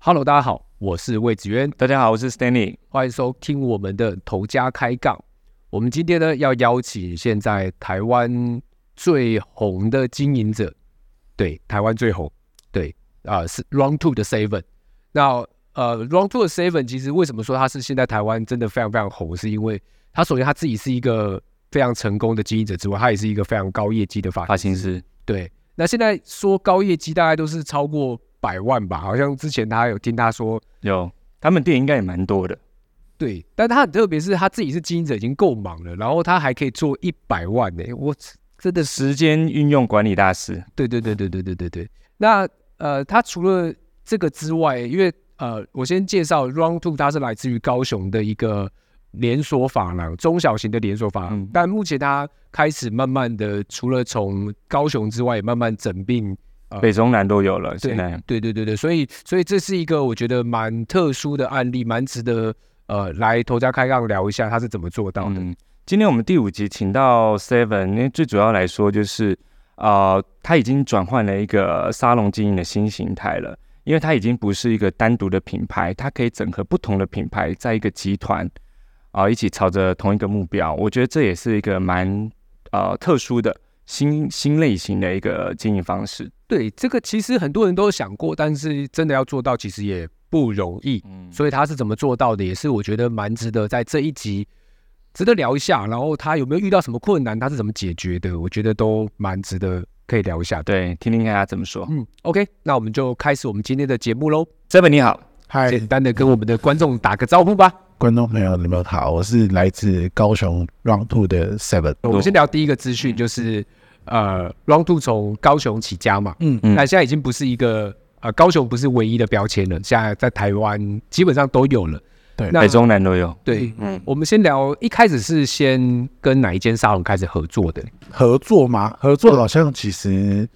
Hello，大家好，我是魏子渊，大家好，我是 Stanley。欢迎收听我们的头家开杠。我们今天呢要邀请现在台湾最红的经营者，对，台湾最红，对，啊、是 Round Two 的 Seven。那呃，Round Two 的 Seven 其实为什么说它是现在台湾真的非常非常红，是因为它首先他自己是一个非常成功的经营者之外，他也是一个非常高业绩的发发型师，对，那现在说高业绩大概都是超过百万吧，好像之前他有听他说，有他们店应该也蛮多的，对，但他很特别，是他自己是经营者，已经够忙了，然后他还可以做一百万呢、我真的是，时间运用管理大师。对对对对对对对对。那呃，他除了这个之外，因为呃，我先介绍 Round Two，它是来自于高雄的一个连锁法郎，中小型的连锁法郎，嗯但目前它开始慢慢的，除了从高雄之外，也慢慢整并北中南都有了，对现在对对对对，所以所以这是一个我觉得蛮特殊的案例，蛮值得呃来头家开杠聊一下他是怎么做到的。嗯，今天我们第五集请到 Seven，因为最主要来说就是，呃，他已经转换了一个沙龙经营的新形态了，因为它已经不是一个单独的品牌，它可以整合不同的品牌在一个集团啊、一起朝着同一个目标。我觉得这也是一个蛮呃特殊的新新类型的一个经营方式。对，这个其实很多人都有想过，但是真的要做到其实也不容易。嗯所以他是怎么做到的，也是我觉得蛮值得在这一集值得聊一下。然后他有没有遇到什么困难，他是怎么解决的，我觉得都蛮值得可以聊一下的。对，听听看他怎么说。嗯，OK，那我们就开始我们今天的节目喽。 Seven 你好，嗨，简单的跟我们的观众打个招呼吧。观众朋友，你们好，我是来自高雄 Round Two 的 Seven。我们先聊第一个资讯，就是呃，Round Two 从高雄起家嘛，嗯嗯那现在已经不是一个呃，高雄不是唯一的标签了，现在在台湾基本上都有了。对那北中南都有。对，嗯我们先聊，一开始是先跟哪一间沙龙开始合作的？合作吗？合作好像其实，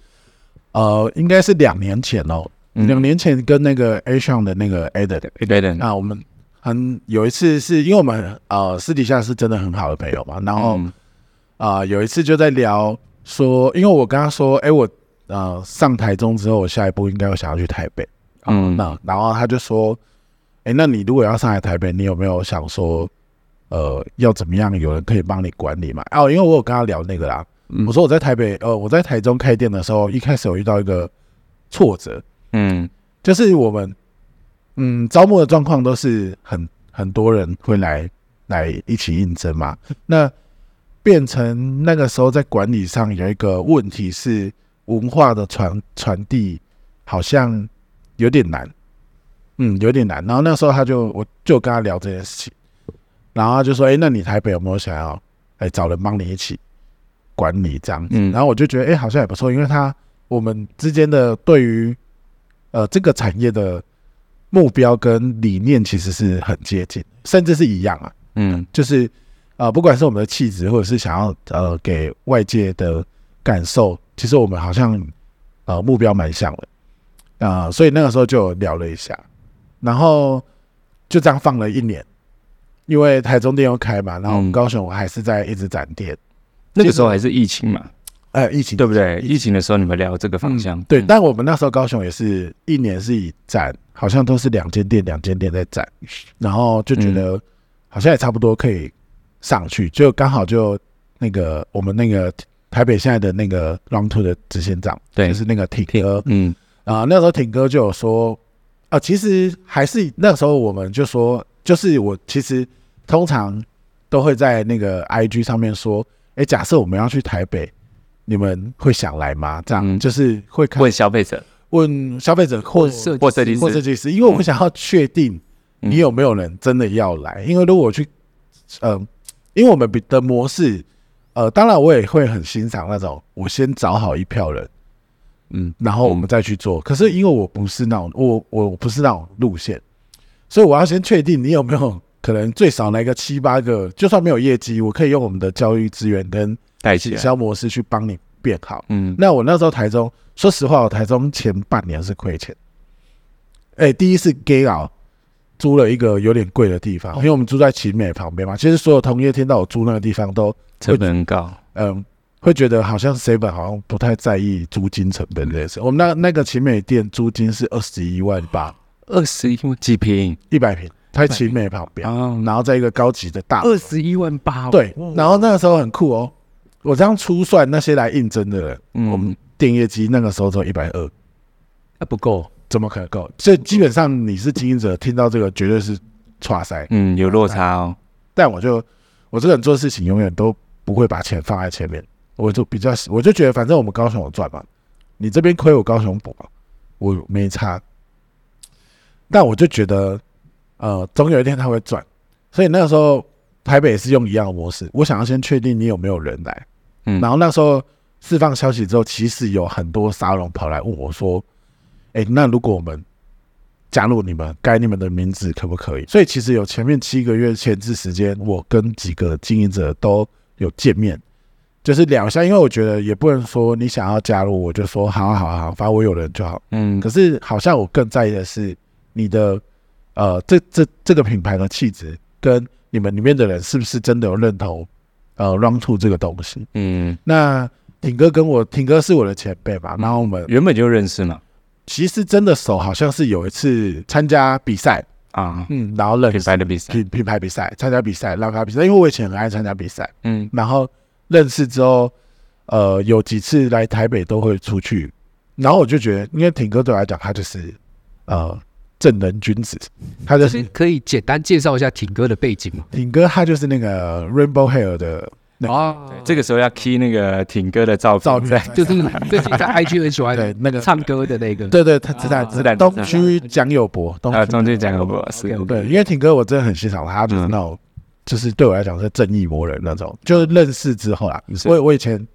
呃，应该是两年前哦，嗯两、年前跟那个 A s i a n 的那个 Adam，哎对的，那我们很有一次是因为我们呃私底下是真的很好的朋友嘛，然后嗯啊、有一次就在聊说，因为我跟他说，哎、我呃上台中之后，我下一步应该我想要去台北。嗯那然后他就说：“哎、那你如果要上来台北，你有没有想说，呃，要怎么样？有人可以帮你管理嘛？”哦，因为我有跟他聊那个啦，嗯我说我在台北，呃，我在台中开店的时候，一开始有遇到一个挫折，嗯就是我们嗯招募的状况都是很很多人会来来一起应征嘛，那变成那个时候在管理上有一个问题是文化的传传递好像有点难，嗯，有点难。然后那时候他就我就跟他聊这件事情，然后他就说：“哎、那你台北有没有想要哎找人帮你一起管理这样子？”嗯然后我就觉得哎、好像也不错，因为他我们之间的对于呃这个产业的目标跟理念其实是很接近，甚至是一样啊。嗯就是呃，不管是我们的气质，或者是想要呃给外界的感受，其实我们好像呃目标蛮像的啊、呃所以那个时候就有聊了一下，然后就这样放了一年，因为台中店又开嘛，然后我嗯们高雄我还是在一直展店，那个时候还是疫情嘛，呃，疫情对不对？疫情的时候你们聊这个方向，对，嗯但我们那时候高雄也是一年是以展，好像都是两间店两间店在展，然后就觉得嗯好像也差不多可以上去，就刚好就那个我们那个台北现在的那个 Round Two 的执行长，对就是那个挺哥嗯啊、那时候挺哥就有说啊、其实还是那时候我们就说，就是我其实通常都会在那个 IG 上面说，哎，假设我们要去台北。你们会想来吗？这样、嗯就是会看问消费者问消费者或设或设计或设师，计师，因为我想要确定你有没有人真的要来。因为如果我去，呃，因为我们比的模式，呃，当然我也会很欣赏那种我先找好一票人，嗯然后我们再去做。可是因为我不是那种我我我不是那种路线，所以我要先确定你有没有可能最少来个七八个，就算没有业绩，我可以用我们的教育资源跟带起行来，销模式去帮你变好。嗯那我那时候台中，说实话，我台中前半年是亏钱。哎、第一是 gay 佬租了一个有点贵的地哦方，因为我们住在奇美旁边嘛。其实所有同业听到我租那个地方都，成本很高，嗯，会觉得好像 seven 好像不太在意租金成本这件事。我们那那个奇美店租金是二十一万八，二十一万几平一百平，在奇美旁边，啊？然后在一个高级的大楼二十一万八，哦哦对，然后那个时候很酷哦。我这样粗算那些来应征的人，我嗯们，电业绩那个时候只有一百二，那啊不够，怎么可能够？所以基本上你是经营者，听到这个绝对是差塞。嗯，有落差哦。但我就我这个人做事情永远都不会把钱放在前面，我就比较我就觉得反正我们高雄有赚嘛，你这边亏我高雄补嘛，我没差。但我就觉得，呃，总有一天他会赚，所以那个时候台北也是用一样的模式，我想要先确定你有没有人来，嗯然后那时候释放消息之后，其实有很多沙龙跑来问我说，哎、那如果我们加入你们，改你们的名字可不可以？所以其实有前面七个月前置时间，我跟几个经营者都有见面，就是聊一下，因为我觉得也不能说你想要加入，我就说好啊好啊好啊，反正我有人就好。嗯可是好像我更在意的是你的呃，这这这个品牌的气质跟你们里面的人是不是真的有认同呃 Run Two 这个东西？嗯，那挺哥跟我，挺哥是我的前辈嘛，然后我们原本就认识嘛。其实真的手好像是有一次参加比赛，啊，嗯，然后认品识牌的比赛。品品牌比赛，参加比赛，让他比赛，因为我以前很爱参加比赛，嗯然后认识之后，呃，有几次来台北都会出去，然后我就觉得，因为挺哥对我来讲，他就是呃正人君子，他就可 是是可以简单介绍一下挺哥的背景吗？挺哥，他就是那个 Rainbow Hair 的对啊，这个时候要 key 那个挺哥的照片，照片，就是 最近在 IG 很喜对欢那个，唱歌的那个，对对，他自带自带东区蒋友柏，啊东啊，区中间讲个博士，对，因为挺哥我真的很欣赏他，就是那种，就是对我来讲是正义魔人那种。就是认识之后啦，是我我以前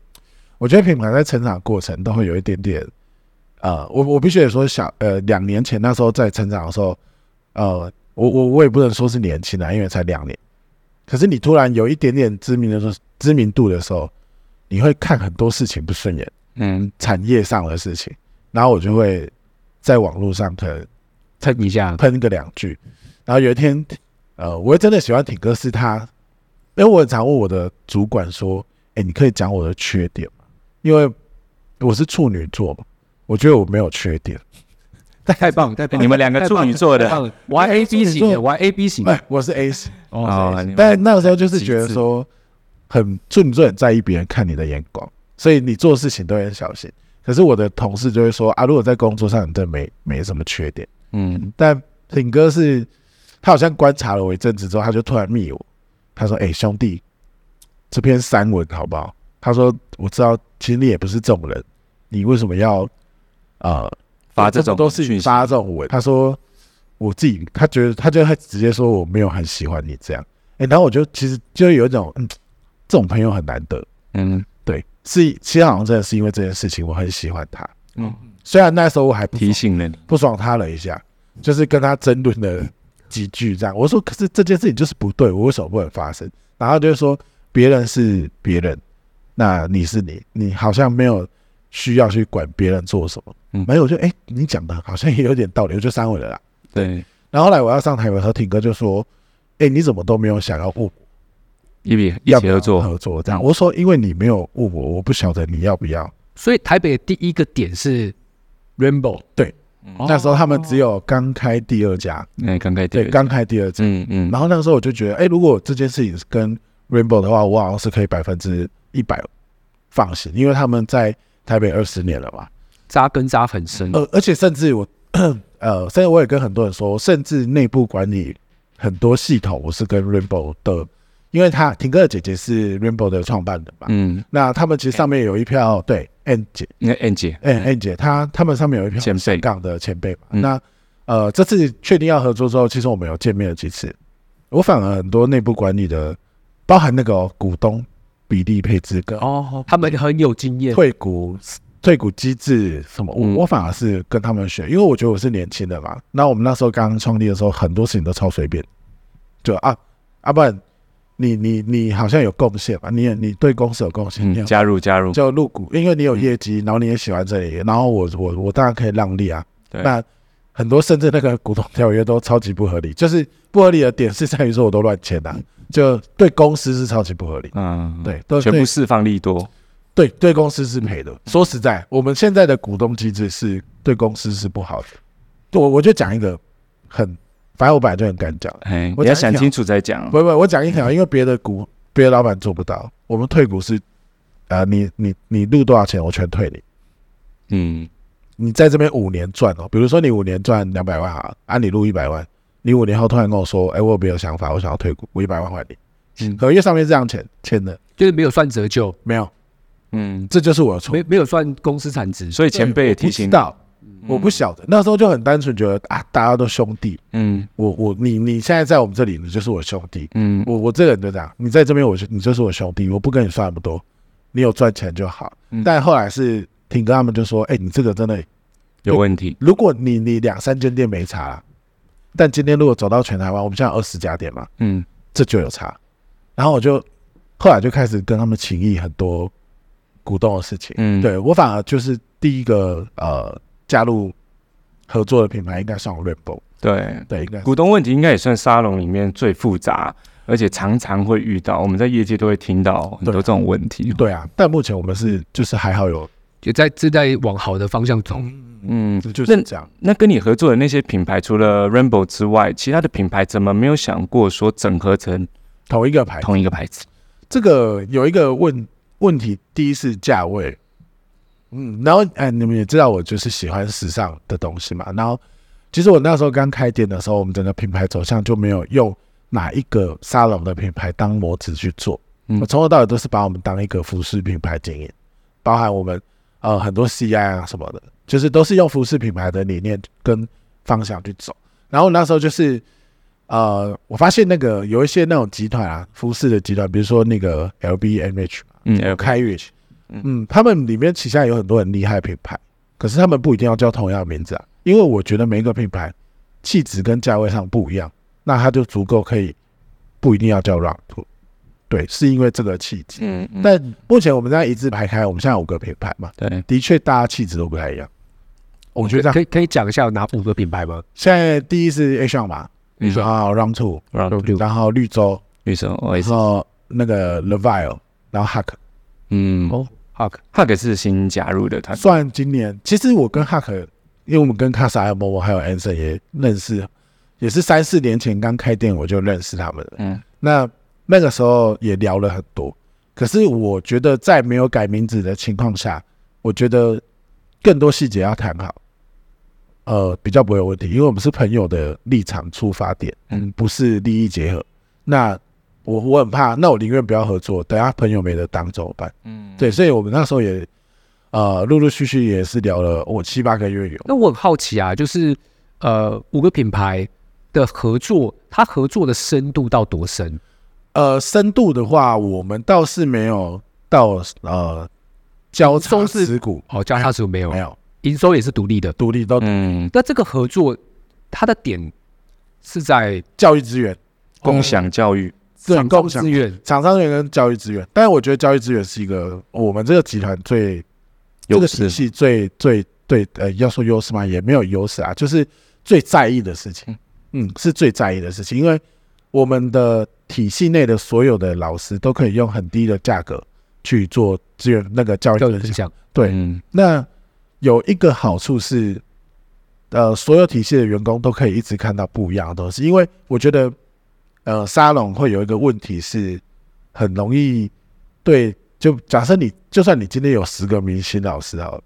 我觉得品牌在成长过程都会有一点点，呃，我我必须得说小呃两年前那时候在成长的时候，呃，我我我也不能说是年轻啊，因为才两年。可是你突然有一点点知名的时候，知名度的时候，你会看很多事情不顺眼。嗯产业上的事情，然后我就会在网络上可能蹭一下，喷个两句，然后有一天，呃，我真的喜欢挺哥是他，因为我很常问我的主管说，哎、你可以讲我的缺点吗？因为我是处女座嘛，我觉得我没有缺点，太棒了，太棒了！你们两个处女座的太棒了，我还 A B 型的，我还 A B 型哎、的，我是 A 嗯型，哦我是你 A 型们但那个时候就是觉得说，很处女座很在意别人看你的眼光，所以你做事情都会很小心。可是我的同事就会说啊，如果在工作上你真的没没什么缺点。嗯，但挺哥是他好像观察了我一阵子之后，他就突然密我，他说：“哎、兄弟，这篇散文好不好？”他说：“我知道，其实你也不是这种人，你为什么要呃发这么种多事情讯息，发这种文？”他说：“我自己，他觉得他就会直接说我没有很喜欢你这样。哎，然后我就其实就有一种，嗯，这种朋友很难得。嗯对，是其实好像真的是因为这件事情，我很喜欢他。嗯，虽然那时候我还不提醒了你，不爽他了一下，就是跟他争论了几句这样。我说，可是这件事情就是不对，我为什么不能发生？然后他就说别人是别人，那你是你，你好像没有需要去管别人做什么。嗯没有，我就哎、你讲的好像也有点道理，我就删文了啦。对，然后后来我要上台，我和挺哥就说，哎、你怎么都没有想要问一笔一要不起要合作，嗯合作这样？我说，因为你没有问我，我不晓得你要不要。所以台北的第一个点是 Rainbow，对哦那时候他们只有刚开第二家，嗯，刚开始对，，刚开第二家。嗯嗯，然后那个时候我就觉得，哎、如果这件事情是跟 Rainbow 的话，我好像是可以百分之一百放心，因为他们在台北二十年了嘛。扎根扎很深，而、而且甚至我， 呃，甚至我也跟很多人说，甚至内部管理很多系统，我是跟 Rainbow 的，因为他婷哥的姐姐是 Rainbow 的创办人嘛。嗯，那他们其实上面有一票对 N 姐，那 N 姐，哎、a n 姐，她他们上面有一票前辈香港的前辈嘛。嗯那呃，这次确定要合作之后，其实我们有见面了几次。我反而很多内部管理的，包含那个、哦股东比例配置跟哦，他们很有经验，退股、退股机制什么，我、嗯我反而是跟他们学，因为我觉得我是年轻的嘛。那我们那时候刚创立的时候，很多事情都超随便，就啊啊，不然你你你好像有贡献嘛，你也你对公司有贡献，你有嗯，加入加入，就入股，因为你有业绩，然后你也喜欢这里，然后我我我当然可以让利啊。对那很多甚至那个股东条约都超级不合理，就是不合理的点是在于说我都乱签的、就对公司是超级不合理，嗯，，对，都全对部释放利多，对对公司是赔的。说实在，我们现在的股东机制是对公司是不好的。我我就讲一个很，反正我本来就很敢讲。哎，我你要讲想一条清楚再讲。不不，我讲一条，因为别的股别的老板做不到，我们退股是，呃，你你你入多少钱，我全退你。嗯，你在这边五年赚哦，比如说你五年赚两百万啊，按你入一百万，你五年后突然跟我说，哎、我有没有想法，我想要退股，我一百万还你，嗯合约上面是这样签签的，就是没有算折旧，没有，嗯，这就是我的错没。没有算公司产值，所以前辈也提不知醒，道，我不晓得，那时候就很单纯觉得啊，大家都兄弟，嗯我我你你现在在我们这里，你就是我兄弟，嗯我我这个人就这样，你在这边我就你就是我兄弟，我不跟你算那么多，你有赚钱就好。嗯但后来是挺哥他们就说，哎、你这个真的，有问题，如果你你两三间店没差啦，但今天如果走到全台湾，我们现在二十家店嘛，嗯这就有差。然后我就后来就开始跟他们请益很多股东的事情。嗯，，对我反而就是第一个呃加入合作的品牌，应该算我 Rainbow，对，对，应该是股东问题应该也算沙龙里面最复杂，而且常常会遇到，我们在业界都会听到很多这种问题。对啊。但目前我们是就是还好有，就在正在往好的方向走。嗯，就是这样。那跟你合作的那些品牌，除了 Rainbow 之外，其他的品牌怎么没有想过说整合成同一个牌，同一个牌子？这个有一个问问题，第一是价位，嗯，然后哎，你们也知道我就是喜欢时尚的东西嘛。然后其实我那时候刚开店的时候，我们整个品牌走向就没有用哪一个沙龙的品牌当模子去做，嗯我从头到尾都是把我们当一个服饰品牌经营，包含我们呃很多 CI 啊什么的，就是都是用服饰品牌的理念跟方向去走。然后那时候就是呃，我发现那个有一些那种集团啊，服饰的集团，比如说那个 LBMH 嗯，OK，开运，嗯嗯，他们里面旗下有很多很厉害的品牌，可是他们不一定要叫同样的名字啊，因为我觉得每一个品牌气质跟价位上不一样，那它就足够可以不一定要叫 Rock Two，对，是因为这个气质。嗯，嗯但目前我们这样一字排开，我们现在有五个品牌嘛，对，的确大家气质都不太一样。我觉得这样可以可以讲一下哪五个品牌吗？现在第一是 H 嘛，嗯然后 Round Two， ，Round 然后绿洲，绿色然 OS，后那个 Levile，然后 Hack，嗯哦，Hug， ，Hug 是新加入的，他算今年，其实我跟 Hack，因为我们跟卡萨、还有某某还有 Anson 也认识，也是三四年前刚开店我就认识他们了。嗯那那个时候也聊了很多，可是我觉得在没有改名字的情况下，我觉得更多细节要谈好，呃，比较不会有问题，因为我们是朋友的立场出发点，嗯不是利益结合。那我我很怕，那我宁愿不要合作，等下朋友没得当怎么办？嗯，对，所以我们那时候也呃陆陆续续也是聊了我、七八个月有，那我很好奇啊，就是呃五个品牌的合作，它合作的深度到多深？呃深度的话，我们倒是没有到呃交叉都是持股哦，加上是没有没，有营收也是独立的。独立都嗯，那这个合作它的点是在教育资源，共享教育，对厂共商享资源，厂商资源跟教育资源，但是我觉得教育资源是一个我们这个集团最这有个体是系最最对呃，要说优势嘛，也没有优势啊，就是最在意的事情，嗯，是最在意的事情，因为我们的体系内的所有的老师都可以用很低的价格去做资源那个教育教育分分享。享，对，嗯那有一个好处是，呃，所有体系的员工都可以一直看到不一样的东西，因为我觉得，呃，沙龙会有一个问题是，很容易对，就假设你就算你今天有十个明星老师好了，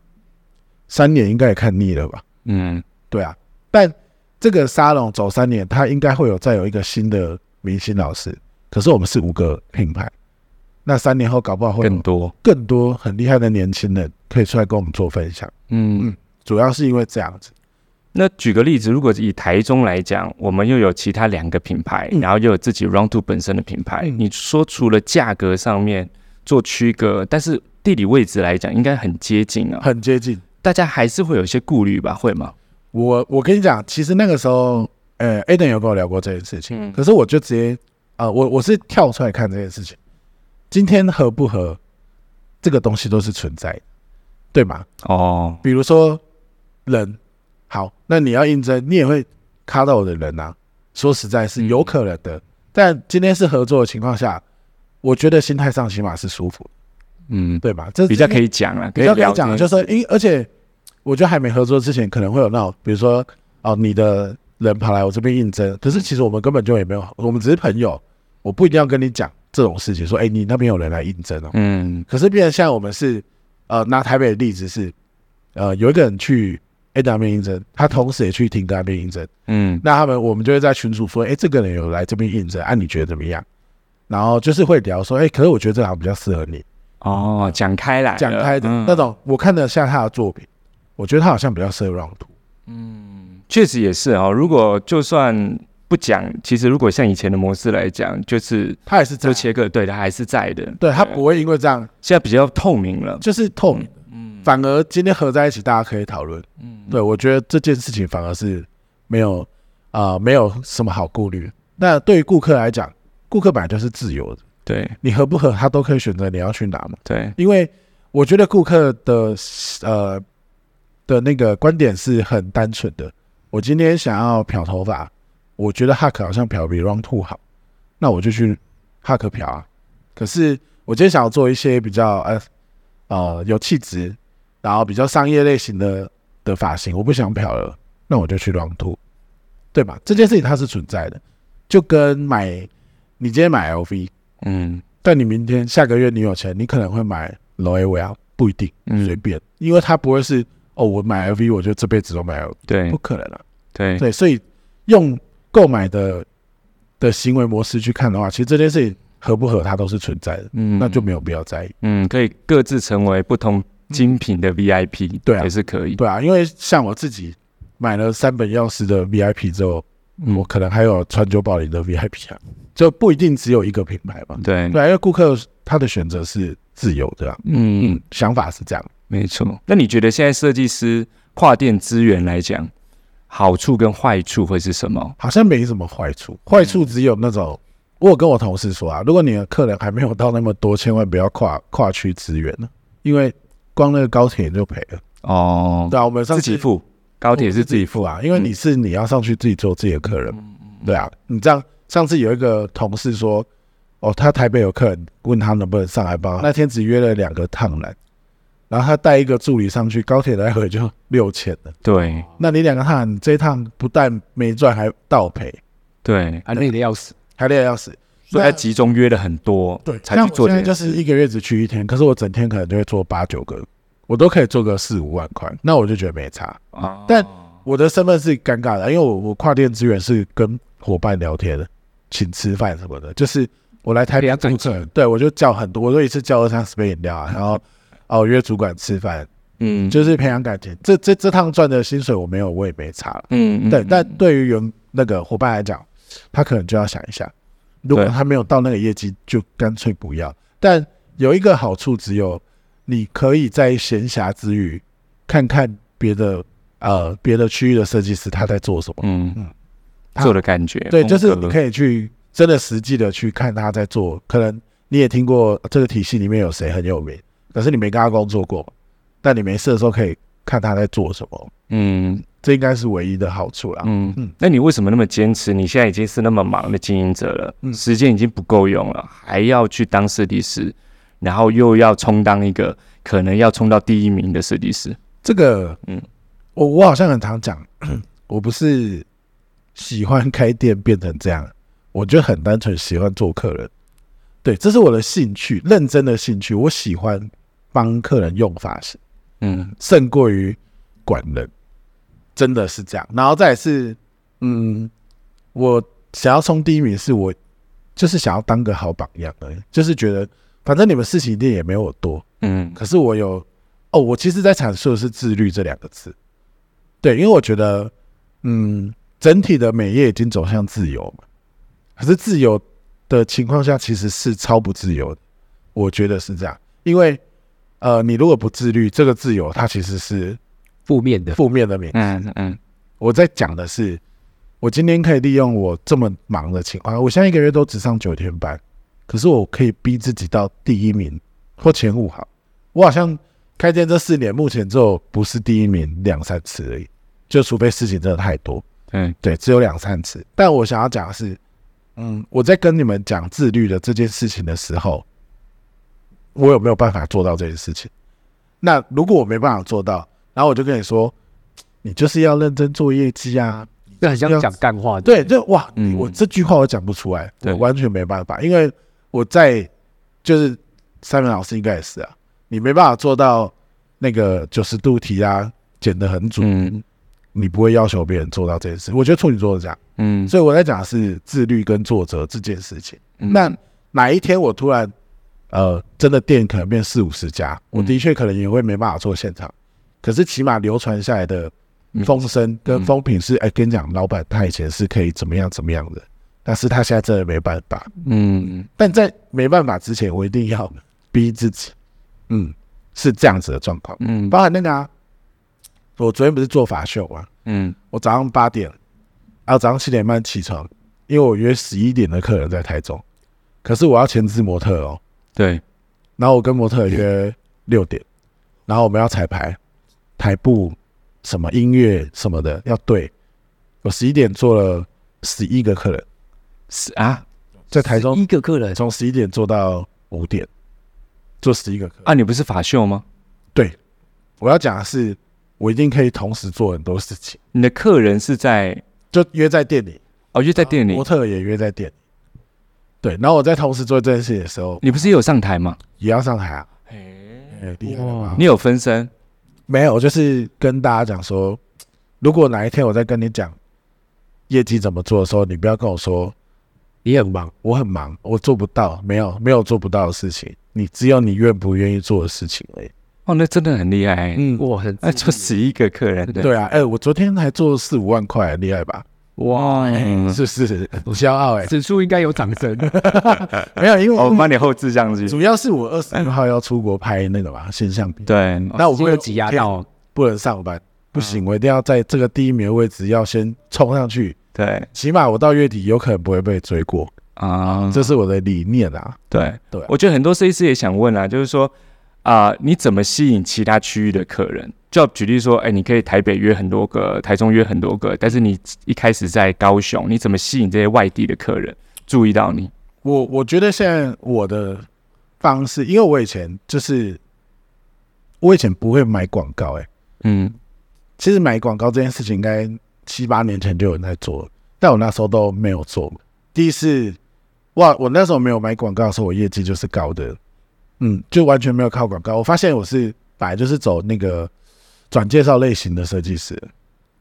三年应该也看腻了吧？嗯对啊，但这个沙龙走三年，它应该会有再有一个新的明星老师，可是我们是五个品牌，那三年后搞不好会有更多，更多很厉害的年轻人可以出来跟我们做分享。嗯嗯主要是因为这样子。那举个例子，如果以台中来讲，我们又有其他两个品牌，嗯然后又有自己 Round Two 本身的品牌。嗯你说除了价格上面做区隔，但是地理位置来讲应该很接近啊，很接近。大家还是会有一些顾虑吧？会吗？我我跟你讲，其实那个时候，呃，Aden 有跟我聊过这件事情，嗯可是我就直接，啊，我我是跳出来看这件事情。今天合不合，这个东西都是存在的，对吗？哦，比如说人，好，那你要应征，你也会卡到我的人啊。说实在是嗯有可能的，但今天是合作的情况下，我觉得心态上起码是舒服的，嗯，对吧？这比较可以。可以讲了，比较可以讲了的就是，因而且我觉得还没合作之前，可能会有那种，比如说哦，你的人跑来我这边应征，可是其实我们根本就也没有，我们只是朋友，我不一定要跟你讲这种事情，说哎、你那边有人来应征哦。嗯可是变成现在我们是，呃，拿台北的例子是，呃，有一个人去 A 那边应征，他同时也去停那边应征，嗯那他们我们就会在群组说，哎、这个人有来这边应征，啊，你觉得怎么样？然后就是会聊说，哎、可是我觉得这个好像比较适合你，哦，讲开来了，讲开的、嗯那种，我看得下他的作品，我觉得他好像比较适合让图。确实也是哦。如果就算不讲，其实如果像以前的模式来讲，就是他也是这就样，切割，对，它还是在的。对他不会因为这样现在比较透明了，就是透明的，反而今天合在一起，大家可以讨论。嗯，对，我觉得这件事情反而是没有啊、呃没有什么好顾虑。那对于顾客来讲，顾客本来就是自由的，对你合不合他都可以选择你要去哪嘛。对，因为我觉得顾客的呃的那个观点是很单纯的。我今天想要漂头发，我觉得 Hack 好像漂比 Round Two 好，那我就去 Hack 漂啊。可是我今天想要做一些比较呃呃有气质，然后比较商业类型的的发型，我不想漂了，那我就去 Round Two，对吧？这件事情它是存在的，就跟买你今天买 LV，嗯但你明天下个月你有钱，你可能会买 l o e w e l 不一定，随嗯，便，因为它不会是哦，我买 LV 我就这辈子都买 LV，对不可能啊。嗯对对，所以用购买的的行为模式去看的话，其实这件事情合不合它都是存在的，嗯，那就没有必要在意。嗯，可以各自成为不同精品的 VIP，对啊也是可以，对啊，因为像我自己买了三本钥匙的 VIP 之后，嗯我可能还有川久保玲的 VIP 啊，就不一定只有一个品牌嘛。对，对啊，因为顾客他的选择是自由的、啊，嗯，想法是这样。没错。那你觉得现在设计师跨店资源来讲，好处跟坏处会是什么？好像没什么坏处，坏嗯处只有那种，我有跟我同事说啊，如果你的客人还没有到那么多，千万不要跨跨区支援了，因为光那个高铁就赔了。哦，对啊，我们上自次己付，高铁是自己付，嗯付啊，因为你是你要上去自己做自己的客人嘛，对啊，你这样上次有一个同事说，哦，他台北有客人问他能不能上来帮他，那天只约了两个烫染，然后他带一个助理上去，高铁来回就六千了，对那你两个烫染，你这一趟不但没赚还倒赔，对，啊，累的要死。还累得要死。所以他集中约了很多，对，才去做像我这件现在就事是一个月只去一天，可是我整天可能就会做八九个，我都可以做个四五万块，那我就觉得没差。啊，但我的身份是尴尬的，因为我我跨店资源是跟伙伴聊天的，请吃饭什么的，就是我来台对北啊住客人，对我就叫很多，我就一次叫二三十杯饮料啊， 然后哦我约主管吃饭，嗯，就是培养感情。这这这趟赚的薪水我没有，我也没差了。嗯，嗯对，嗯但对于员那个伙伴来讲，他可能就要想一下，如果对他没有到那个业绩，就干脆不要。但有一个好处，只有你可以在闲暇之余看看别的呃别的区域的设计师他在做什么。嗯他做的感觉，对，就是风格你可以去真的实际的去看他在做，可能你也听过呃这个体系里面有谁很有名，可是你没跟他工作过，但你没事的时候可以看他在做什么，嗯这应该是唯一的好处啦。嗯嗯，那你为什么那么坚持？你现在已经是那么忙的经营者了，嗯时间已经不够用了，还要去当设计师，然后又要充当一个可能要冲到第一名的设计师。这个，嗯嗯，我我好像很常讲， 我不是喜欢开店变成这样，我就很单纯喜欢做客人。对，这是我的兴趣，认真的兴趣。我喜欢帮客人用发型，嗯胜过于管人，真的是这样。然后再来是，嗯，我想要冲第一名，是我就是想要当个好榜样而已，就是觉得反正你们事情一定也没有我多，嗯可是我有哦，我其实在阐述的是自律这两个字，对，因为我觉得，嗯，整体的美业已经走向自由嘛，可是自由的情况下其实是超不自由的，我觉得是这样，因为呃，你如果不自律，这个自由它其实是负面的，负面的名词。嗯嗯我在讲的是，我今天可以利用我这么忙的情况，我现在一个月都只上九天班，可是我可以逼自己到第一名或前五好。我好像开店这四年，目前只有不是第一名两三次而已，就除非事情真的太多，对对，只有两三次。但我想要讲的是，嗯，我在跟你们讲自律的这件事情的时候，我有没有办法做到这件事情？那如果我没办法做到，然后我就跟你说，你就是要认真做业绩啊，你这很像讲干话，对，就哇，嗯我这句话我讲不出来，对我完全没办法，因为我在就是三文老师应该也是啊，你没办法做到那个九十度题啊，剪得很准，嗯你不会要求别人做到这件事。我觉得处女座是这样，嗯，所以我在讲的是自律跟作者这件事情。嗯那哪一天我突然呃，真的店可能变四五十家，嗯我的确可能也会没办法做现场，可是起码流传下来的嗯风声跟风评是，哎、跟你讲，老板他以前是可以怎么样怎么样的，但是他现在真的没办法。嗯但在没办法之前，我一定要逼自己，嗯，是这样子的状况。嗯包含那个啊，我昨天不是做法秀吗？嗯我早上八点，啊，早上七点半起床，因为我约十一点的客人在台中，可是我要前置模特哦，对，然后我跟模特约六点，然后我们要彩排，台步什么音乐什么的要对，我十一点做了十一个客人，是啊在台中一个客人从十一点做到五点，做十一个客人。啊，你不是法秀吗？我要讲的是，我一定可以同时做很多事情，你的客人是在就约在店里，哦，就在店里模，特也约在店里。对，然后我在同时做这件事情的时候，你不是也有上台吗？也要上台啊，哎，哎、厉害了吧？你有分身，没有，我就是跟大家讲说，如果哪一天我在跟你讲业绩怎么做的时候，你不要跟我说你很忙，我很忙，我做不到，没有没有做不到的事情，你只有你愿不愿意做的事情而已。哦，那真的很厉害，嗯，我很那就十一个客人，对啊，哎、我昨天还做四五万块，厉害吧？哇，嗯是不是很骄傲哎、此处应该有掌声。没有，因为哦我我帮你后置上去，主要是我二十六号要出国拍那个嘛现象比，对， 那我今 会天挤压到，不能上班，不行，我一定要在这个第一名的位置要先冲上去，对起码我到月底有可能不会被追过，啊，这是我的理念啊。对嗯对啊我觉得很多设计师也想问啦，就是说啊、你怎么吸引其他区域的客人？就举例说，哎、你可以台北约很多个，台中约很多个，但是你一开始在高雄，你怎么吸引这些外地的客人注意到你？我我觉得现在我的方式，因为我以前就是我以前不会买广告、欸，嗯其实买广告这件事情应该七八年前就有人在做了，但我那时候都没有做。第一次，哇，我那时候没有买广告的时候，我业绩就是高的，嗯，就完全没有靠广告。我发现我是本来就是走那个转介绍类型的设计师，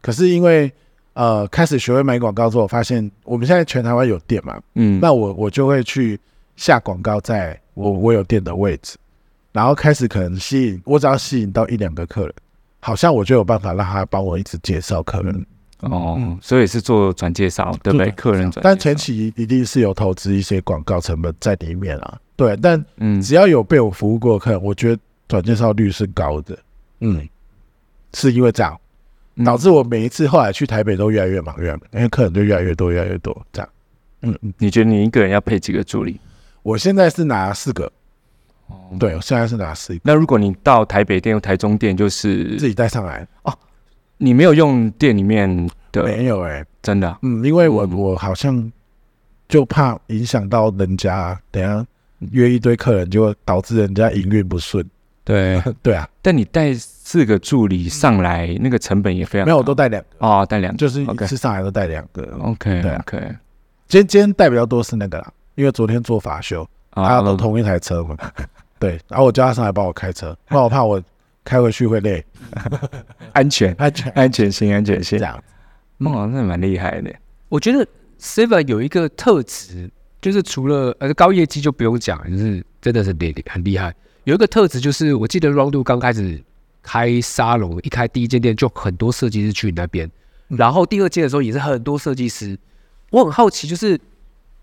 可是因为呃开始学会买广告之后，我发现我们现在全台湾有店嘛，嗯，那我我就会去下广告，在我我有店的位置，然后开始可能吸引，我只要吸引到一两个客人，好像我就有办法让他帮我一直介绍客人。哦，所以是做转介绍，对不对？做转介绍客人转，但前，期一定是有投资一些广告成本在里面啊，对。但嗯，只要有被我服务过的客人，我觉得转介绍率是高的。嗯，是因为这样嗯导致我每一次后来去台北都越来越忙，越来越忙，因为客人就越来越多，越来越多。这样，嗯嗯，你觉得你一个人要配几个助理？我现在是拿四个，对，我现在是拿四个。那如果你到台北店、台中店，就是自己带上来？你没有用店里面的，没有哎、真的啊、嗯，因为我、嗯我好像就怕影响到人家、啊等一下约一堆客人，就导致人家营运不顺。对。对啊，但你带四个助理上来，那个成本也非常没有我都带两个，哦，带两个就是一 OK 次上来都带两个。 OK 对啊 OK 今天今天带比较多是那个啦，因为昨天做法修，大家都嗯同一台车 嘛。对，然后我叫他上来帮我开车，不然我怕我开回去会累。安全他全安全性安全这性，样，哦，那蛮厉害的，我觉得 Seven 有一个特质，就是除了呃高业绩就不用讲，就是真的是厉很厉害。有一个特质就是，我记得 Round Two 刚开始开沙龙，一开第一间店就很多设计师去你那边，嗯然后第二间的时候也是很多设计师。我很好奇，就是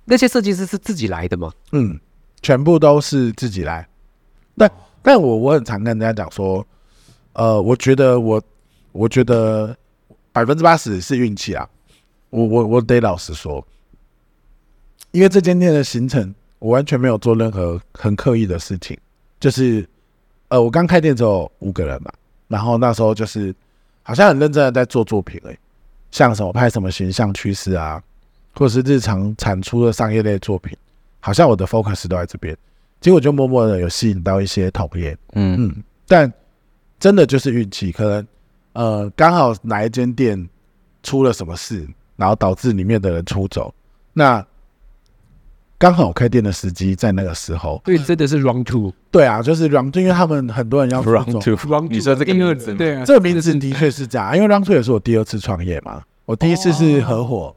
那些设计师是自己来的吗？嗯，全部都是自己来。但但我我很常跟人家讲说，呃，我觉得我我觉得百分之八十是运气啊。我我我得老实说，因为这间店的行程，我完全没有做任何很刻意的事情，就是呃，我刚开店只有五个人嘛，然后那时候就是好像很认真的在做作品诶、像什么拍什么形象趋势啊，或者是日常产出的商业类作品，好像我的 focus 都在这边，结果就默默的有吸引到一些同业，嗯嗯，但真的就是运气，可能呃刚好哪一间店出了什么事，然后导致里面的人出走。那刚好开店的时机在那个时候，所以真的是 round two 对啊，就是 r o u n d 因为他们很多人要出 Round 走， Two， round 嗯你说这个第二名字吗对啊，这个名字的确是这样，因为 r o u n d 也是我第二次创业嘛，我第一次是合伙，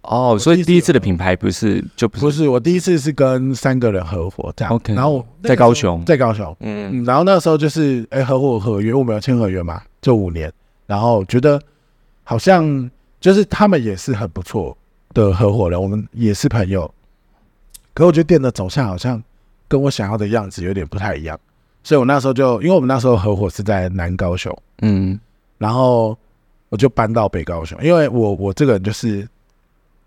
哦，所以第第一一次次的品牌不是就不不是是我第一次是跟三个人合伙这样 OK 然后我那个在高时候雄在高雄，嗯嗯，然后那时候就是哎、合伙合约，我们有签合约嘛，就五年，然后觉得好像就是他们也是很不错的合伙人，我们也是朋友，可我觉得店的走向好像跟我想要的样子有点不太一样，所以我那时候就因为我们那时候合伙是在南高雄，嗯然后我就搬到北高雄，因为我我这个人就是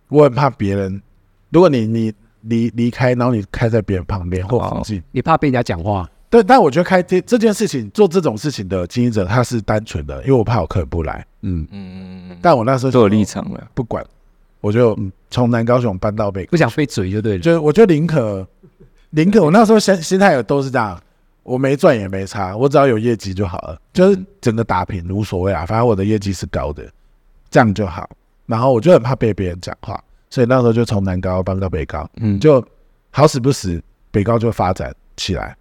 我很怕别人，如果你你离离开，然后你开在别人旁边或附近。你怕被人家讲话，对，但我觉得开这这件事情，做这种事情的经营者他是单纯的，因为我怕我客人不来。嗯，嗯，但我那时候都有立立场了，不管，我就嗯从南高雄搬到北，不想被嘴就对了。就我觉得宁可宁可我那时候心心态也都是这样，我没赚也没差，我只要有业绩就好了，就是整个打平无所谓啊，反正我的业绩是高的，这样就好。然后我就很怕被别人讲话，所以那时候就从南高搬到北高，嗯就就好死不死北高就发展起来。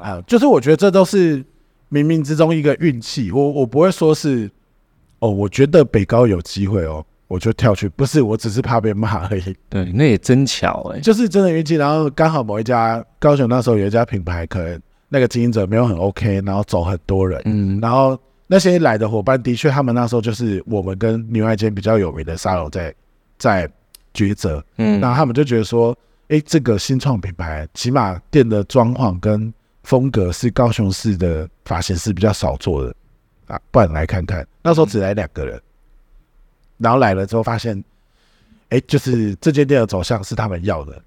啊，就是我觉得这都是冥冥之中一个运气。我我不会说是哦，我觉得北高有机会哦，我就跳去。不是，我只是怕被骂而已， 对，那也真巧哎，就是真的运气。然后刚好某一家高雄那时候有一家品牌，可能那个经营者没有很 OK，然后走很多人，嗯，然后那些来的伙伴的确，他们那时候就是我们跟另外一间比较有名的沙龙在在抉择，嗯那他们就觉得说，哎、这个新创品牌起码店的装潢跟风格是高雄市的发型师比较少做的啊，不然来看看。那时候只来两个人，嗯然后来了之后发现，哎、就是这间店的走向是他们要的。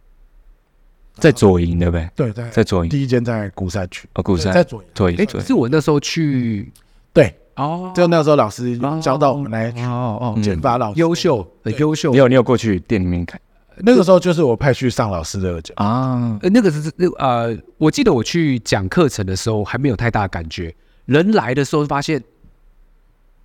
在左营对不对？对，在在左营，第一间在鼓山区，哦，鼓对山在，左营。左营，哎左，营是我那时候去对，哦，就那时候老师教到我们来哦哦，嗯剪发老师，优秀，很优秀你。有你有过去店里面看那个时候就是我派去上老师的讲，啊？呃，那个是那呃，我记得我去讲课程的时候还没有太大感觉，人来的时候发现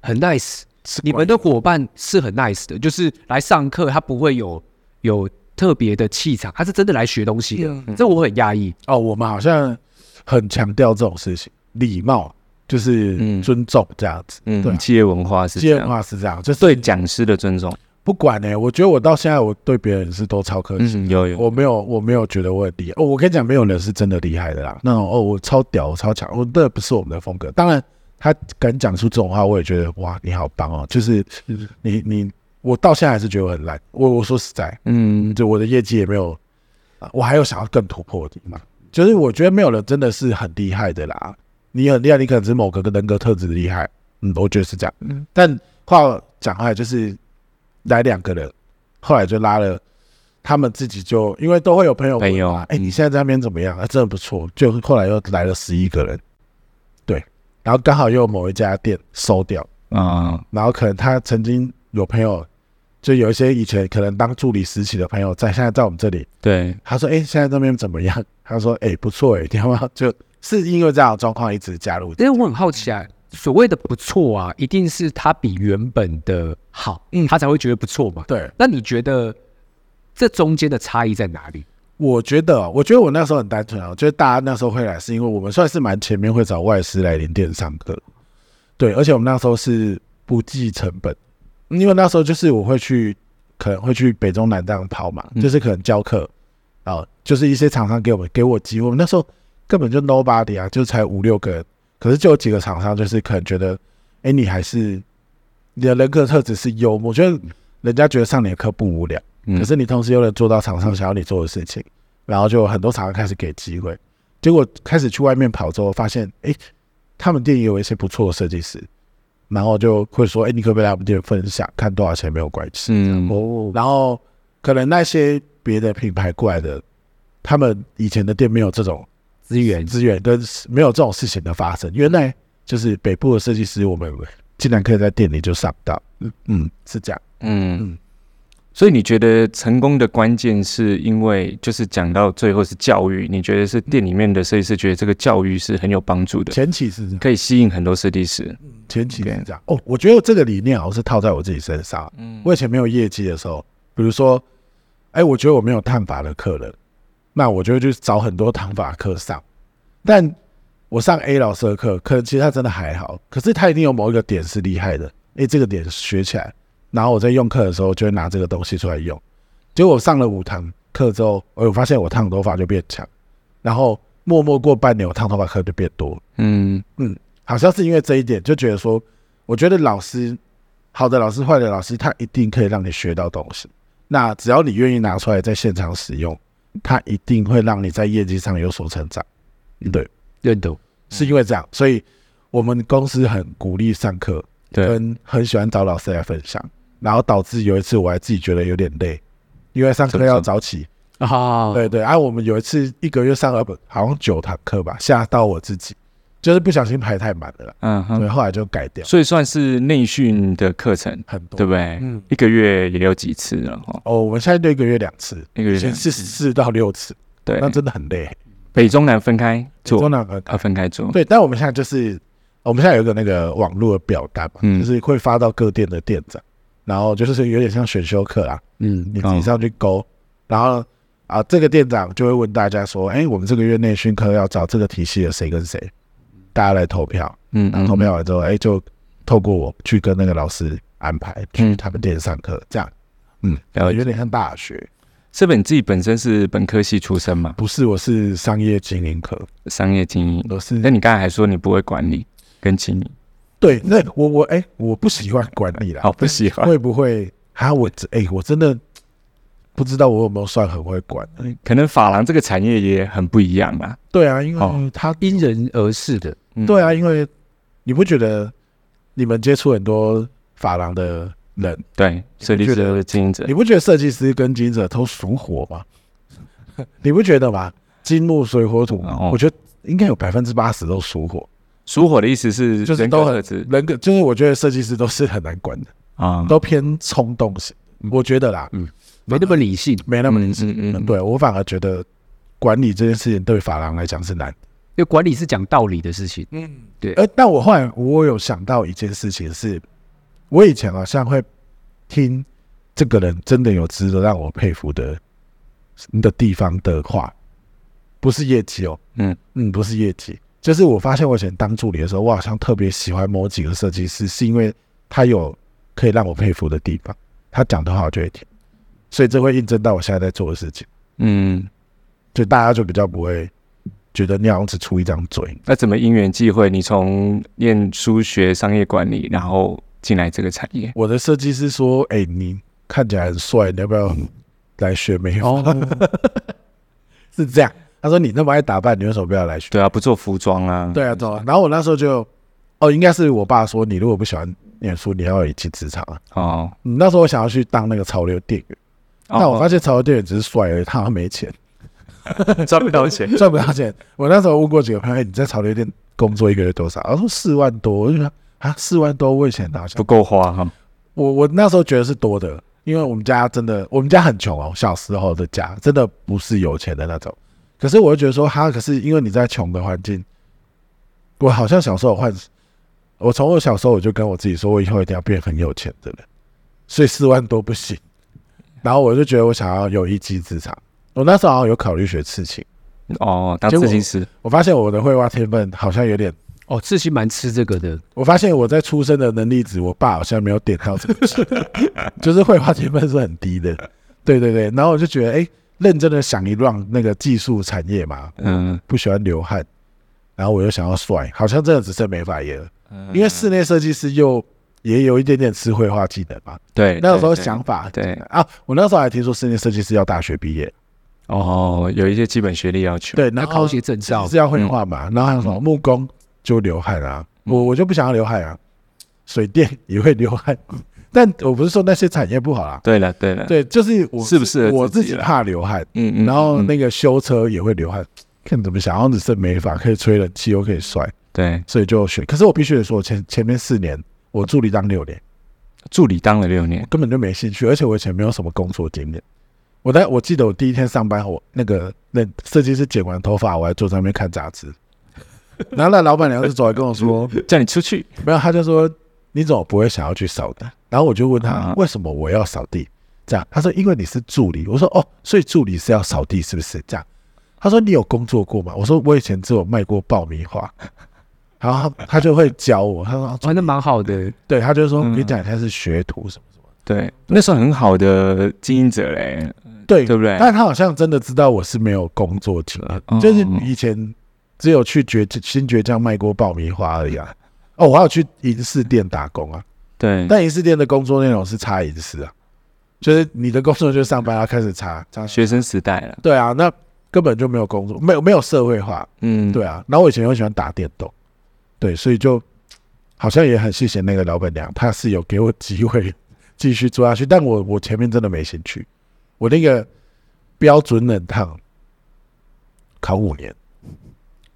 很 nice，是你们的伙伴是很 nice 的，就是来上课他不会有有特别的气场，他是真的来学东西的，嗯这我很讶异。哦，我们好像很强调这种事情，礼貌就是嗯尊重这样子。对啊嗯，企业文化是接这的样，话是这样，就是对讲师的尊重，不管呢、我觉得我到现在我对别人是都超客气，嗯，有有，我没有我没有觉得我很厉害。哦，我跟你讲，没有人是真的厉害的啦。那种哦，我超屌，我超强，我那不是我们的风格。当然，他敢讲出这种话，我也觉得哇，你好棒哦。就是你你，我到现在还是觉得我很烂。我我说实在，嗯，就我的业绩也没有，啊我还有想要更突破的地方。就是我觉得没有人真的是很厉害的啦，你很厉害，你可能只是某个人格特质的厉害，嗯，我觉得是这样。嗯但话讲回来，就是来两个人，后来就拉了他们自己就，因为都会有朋友问朋友嘛哎、嗯你现在在那边怎么样？啊，真的不错。就后来又来了十一个人，对，然后刚好又有某一家店收掉，啊，然后可能他曾经有朋友，就有一些以前可能当助理实习的朋友在现在在我们这里，对，他说：“哎、现在这边怎么样？”他说：“哎、不错哎、你要不要？”就是因为这样的状况一直加入。但是我很好奇啊，所谓的不错啊，一定是他比原本的好，嗯，他才会觉得不错嘛。 对，那你觉得这中间的差异在哪里？我觉得哦，我觉得我那时候很单纯啊，我觉得大家那时候会来，是因为我们算是蛮前面会找外师来连店上课，对，而且我们那时候是不计成本，因为那时候就是我会去，可能会去北中南这样跑嘛，就是可能教课，啊、就是一些厂商给我们给我机会，我们那时候根本就 nobody 啊，就才五六个人，可是就有几个厂商就是可能觉得，哎，你还是你的人格特质是幽默，就是人家觉得上你的课不无聊，嗯可是你同时又能做到厂商想要你做的事情，然后就很多厂商开始给机会，结果开始去外面跑之后，发现哎，他们店也有一些不错的设计师，然后就会说，哎，你可不可以来我们店分享，看多少钱没有关系，嗯，哦，然后可能那些别的品牌过来的，他们以前的店没有这种资源资源跟没有这种事情的发生。原来就是北部的设嗯计师，我们竟然可以在店里就上到，嗯，是这样。嗯，所以你觉得成功的关键是因为就是讲到最后是教育，你觉得是店里面的设计师觉得这个教育是很有帮助的，前期是这样可以吸引很多设计师。前期是 OK 这样。哦，我觉得这个理念好像是套在我自己身上。嗯我以前没有业绩的时候，比如说，哎、我觉得我没有烫发的客人，那我就会去找很多烫发课上。但我上 A 老师的课，可能其实他真的还好，可是他一定有某一个点是厉害的。哎、这个点学起来，然后我在用课的时候就会拿这个东西出来用。结果我上了五堂课之后，哎我发现我烫头发就变强，然后默默过半年，我烫头发课就变多了。嗯好像是因为这一点，就觉得说，我觉得老师，好的老师、坏的老师，他一定可以让你学到东西。那只要你愿意拿出来在现场使用，他一定会让你在业绩上有所成长。对，认同。是因为这样，所以我们公司很鼓励上课，对，跟很喜欢找老师来分享，然后导致有一次我还自己觉得有点累，因为上课要早起。啊，对对，啊，我们有一次一个月上了好像九堂课吧，吓到我自己，就是不小心排太满了啦，嗯所以哼，后来就改掉所以算是内训的课程，很多。对不对？嗯，一个月也有几次了哈，哦，我们现在就一个月两次，一个以月前是四到六次，对那，真的很累。北中南分开做中，南分开啊，分开做，对，但我们现在就是，哦我们现在有一个那个网络的表单嘛，嗯就是会发到各店的店长，然后就是有点像选修课啦，嗯，你自己上去勾，然后啊，这个店长就会问大家说，哎，我们这个月内训课要找这个体系的谁跟谁，大家来投票，嗯然后投票完之后，哎，就透过我去跟那个老师安排去嗯他们店上课，这样了解。有点像大学，这本你自己本身是本科系出身嘛，不是，我是商业经营课，商业经营。我是那你刚才还说你不会管理跟经营，对，那我我哎、我不喜欢管理啦，好哦不喜欢，会不会？啊，我真哎、我真的不知道我有没有算很会管。哎可能发廊这个产业也很不一样啦。对啊，因哦为他、因人而事的，嗯对啊，，因为你不觉得你们接触很多发廊的人，对，设计师和经营者你，不觉得设计师跟经营者都属火 吗？你不觉得吗？金木水火土，哦我觉得应该有百分之八十都属火。属火的意思是就是人都格很特质人格就是我觉得设计师都是很难管的，啊，都偏冲动型。我觉得啦，没那么理性。没那么理性。嗯嗯，，对我反而觉得管理这件事情对法郎来讲是难。因为管理是讲道理的事情，呃，但我后来我有想到一件事情是，我以前好像会听这个人真的有值得让我佩服的的地方的话，不是业绩哦，嗯嗯，不是业绩，就是我发现我以前当助理的时候，我好像特别喜欢某几个设计师，是因为他有可以让我佩服的地方，他讲的话我就会听，所以这会印证到我现在在做的事情。嗯，就大家就比较不会觉得你好像只出一张嘴。那怎么因缘际会，你从念书学商业管理，然后进来这个产业？我的设计师说：“哎、你看起来很帅，你要不要来学美发？” 是这样，他说：“你那么爱打扮，你为什么不要来学对啊，不做服装啊？”，对啊，走啊。然后我那时候就，哦，应该是我爸说，你如果不喜欢念书，你要有一技之长啊。哦，嗯那时候我想要去当那个潮流店员，哦但我发现潮流店员只是帅而已，他好像 没钱，赚不到 钱，赚不到钱。我那时候问过几个朋友：“哎、你在潮流店工作一个月多少？”他说：“四万多。”我就想啊，四万多，我以前好像不够花哈。我我那时候觉得是多的，因为我们家真的，我们家很穷哦，小时候的家真的不是有钱的那种。可是我就觉得说，哈，可是因为你在穷的环境，我好像小时候有幻，我从我小时候我就跟我自己说，我以后一定要变很有钱的人，所以四万多不行。然后我就觉得我想要有一技之长，我那时候好像有考虑学刺青，哦，当结果设计师，我发现我的绘画天分好像有点，哦，刺青蛮吃这个的，我发现我在出生的能力值，我爸好像没有点到这个值， 就是绘画天分是很低的。对对对，然后我就觉得，哎、认真的想一 round 那个技术产业嘛，嗯，不喜欢流汗，然后我又想要帅，好像真的只剩美发业了，嗯因为室内设计师又也有一点点吃绘画技能嘛。对，那个时候对对想法对啊，我那时候还听说室内设计师要大学毕业，哦，有一些基本学历要求，对，要然后考一些证照是。要绘画嗯嘛，然后还有什么木工就流汗啊，我我就不想要流汗啊，水电也会流汗，嗯但我不是说那些产业不好啦，对了对了，，对，就是我适不适合我自自己己啦怕流汗，嗯嗯，然后嗯那个修车也会流汗，看怎么想，要只剩美发可以吹冷气又可以帅，对所以就选，可是我必须得说，我前前面四年我助理当六年，助理当了六年，根本就没兴趣，而且我以前没有什么工作经验。我在我记得我第一天上班，我那个那设计师剪完头发，我还坐在那边看杂 志，然后那老板娘就走来跟我说，叫你出去，没有，他就说你怎么不会想要去扫地？然后我就问他啊为什么我要扫地？这样，他说因为你是助理。我说哦，所以助理是要扫地是不是？这样，他说你有工作过吗？我说我以前只有卖过爆米花。然后他他就会教我，他说啊玩的哦蛮好的，对，他就说嗯跟你讲他是学徒什么什么。对，那时候很好的经营者嘞，对，嗯对不对？但他好像真的知道我是没有工作经验，哎嗯就是以前只有去倔新倔强卖过爆米花而已啊。哦，我还有去银饰店打工啊，对，但银饰店的工作内容是擦银饰啊，就是你的工作就是上班要开始擦擦。学生时代了，对啊，那根本就没有工作，没有没有社会化，嗯，对啊。然后我以前又喜欢打电动，对，所以就好像也很谢谢那个老板娘，她是有给我机会继续做下去，但我我前面真的没兴趣，我那个标准冷烫考五年，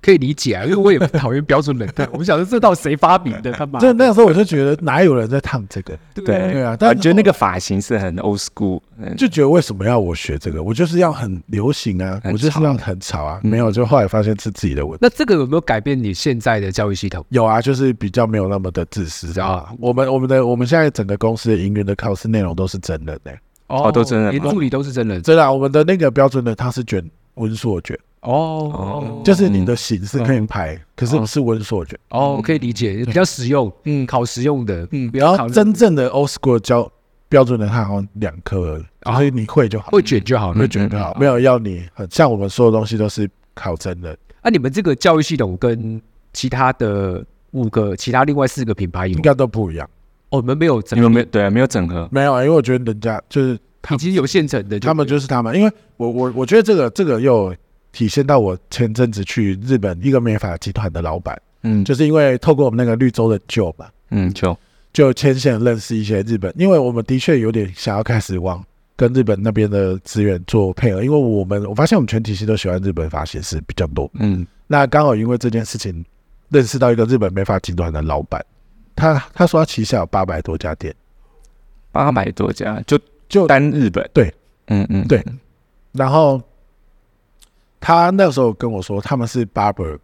可以理解啊，因为我也不讨厌标准 冷淡。我们想说这到底谁发明的？他妈这那时候我就觉得哪有人在烫这个，对对啊，我但觉得那个发型是很 old school，嗯就觉得为什么要我学这个？我就是要很流行啊，很我就是要很潮啊，没有，就后来发现是自己的问题。那这个有没有改变你现在的教育系统？有啊，就是比较没有那么的自私啊啊。我们我们的我们现在整个公司的营运的考试内容都是真人的、哦都真人连吗助理都是真人真的啊、我们的那个标准的它是卷温硕卷，哦，就是你的形式可以嗯排，可是是温硕卷。哦，可以理解，比较实用，嗯，考实用的，嗯，不然要考后真正的 old school 教标准的它好像两科而已，然后你会就好，哦会卷嗯就好了会。卷就好，没有要你很像我们所有东西都是考真人。那啊你们这个教育系统跟其他的五个、其他另外四个品牌有应，该都不一样。哦，你们没有整你，们没有对没有整合，没有啊，因为我觉得人家就是已经有现成的，他们就是他们，因为我我我觉得这个这个又体现到我前阵子去日本一个美发集团的老板，嗯就是因为透过我们那个绿洲的舅嘛，嗯就就牵线认识一些日本，因为我们的确有点想要开始往跟日本那边的资源做配合，因为我们我发现我们全体系都喜欢日本发型师比较多，嗯那刚好因为这件事情认识到一个日本美发集团的老板，他他说他旗下有八百多家店，八百多家，就就单日本，对，嗯嗯对然后他那时候跟我说，他们是 barber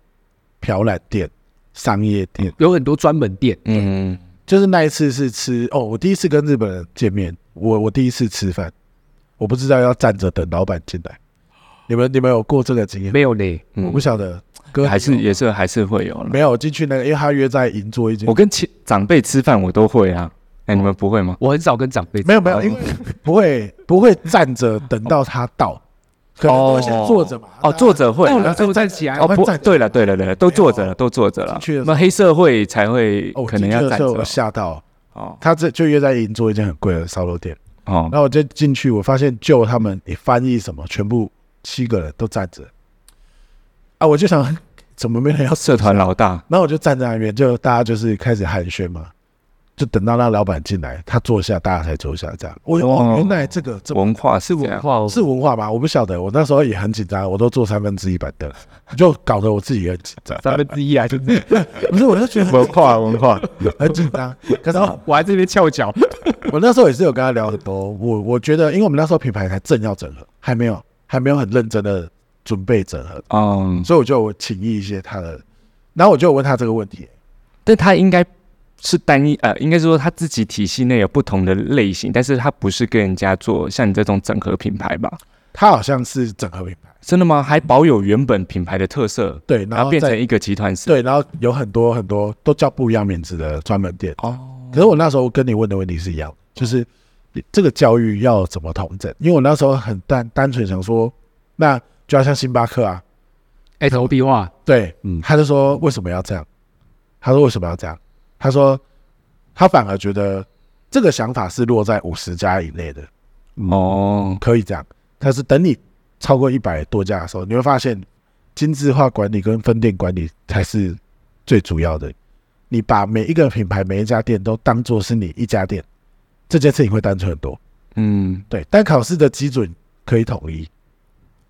漂染店、商业店，有很多专门店，嗯就是那一次是吃哦，我第一次跟日本人见面，我我第一次吃饭，我不知道要站着等老板进来。你们你们有过这个经验？没有呢，嗯我不晓得，哥还是也是还是会有了。没有我进去那个，因为他约在银座一间我，跟亲长辈吃饭我都会啊，哎、你们不会吗？我很少跟长辈没有没哦有，因为不会不会站着等到他到，可能都会先坐着嘛。哦，坐着会到啊。了之呃后站起来哦，赶快不站起来对了，对了，对了，都坐着没有了，都坐着了进去的时。候那黑社会才会哦，我可进能去要的站时候我着吓到，哦他这就约在银座一间很贵的烧肉店。哦，然后我就进去，我发现就他们你翻译什么，全部七个人都站着，啊，我就想怎么没人要哦社团老大，然后我就站在那边，就大家就是开始寒暄嘛，就等到那老板进来，他坐下，大家才坐下这样。我哦哦，原来这个这文化是这样，化是文化吧？我不晓得，我那时候也很紧张，我都坐三分之一板凳，就搞得我自己也很紧张。三分之一啊，呃就是 不是，我就觉得文化文化， 很紧张。可是我还这边翘脚，我那时候也是有跟他聊很多，我我觉得，因为我们那时候品牌才正要整合，还没有还没有很认真的准备整合，嗯，所以我就有请益一些他的，然后我就有问他这个问题，但他应该是单一，呃，应该是说他自己体系内有不同的类型，但是他不是跟人家做像你这种整合品牌吧？他好像是整合品牌，真的吗？还保有原本品牌的特色，对，然然后后变再成一个集团式。对，然后有很多很多都叫不一样名字的专门店。哦，可是我那时候跟你问的问题是一样的，就是这个教育要怎么统整？因为我那时候很单单纯想说，那就要像星巴克啊，哎，头皮话，对，嗯他就说为什么要这样？他说为什么要这样？他说他反而觉得这个想法是落在五十家以内的，哦，可以这样。但是等你超过一百多家的时候，你会发现精致化管理跟分店管理才是最主要的。你把每一个品牌、每一家店都当做是你一家店，这件事情会单纯很多。嗯，对，但考试的基准可以统一，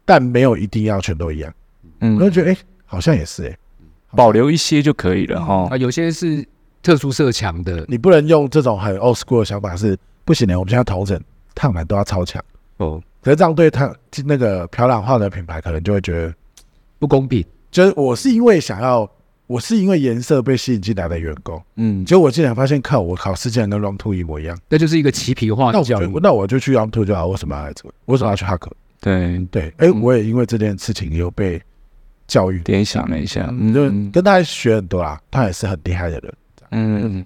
但没有一定要全都一样。我嗯就觉得，哎、好像也是、哎，嗯哦保留一些就可以了哈啊，。有些是特殊设强的你不能用这种很 old school 的想法是不行的，我们现在同整烫染都要超强。哦，可是这样对他那个漂亮化的品牌可能就会觉得，不公平。就是我是因为想要，我是因为颜色被吸引进来的员工，嗯，结果我竟然发现，靠，我考试竟然跟 Round Two 一模一样，那就是一个棋皮化那的我教育就。那我就去 Round Two 就好，为什么要来这个？为什么要去哈克？对，对，哎、我也因为这件事情有被教育，联想了一下，嗯，就嗯跟他学很多啦，他也是很厉害的人。嗯，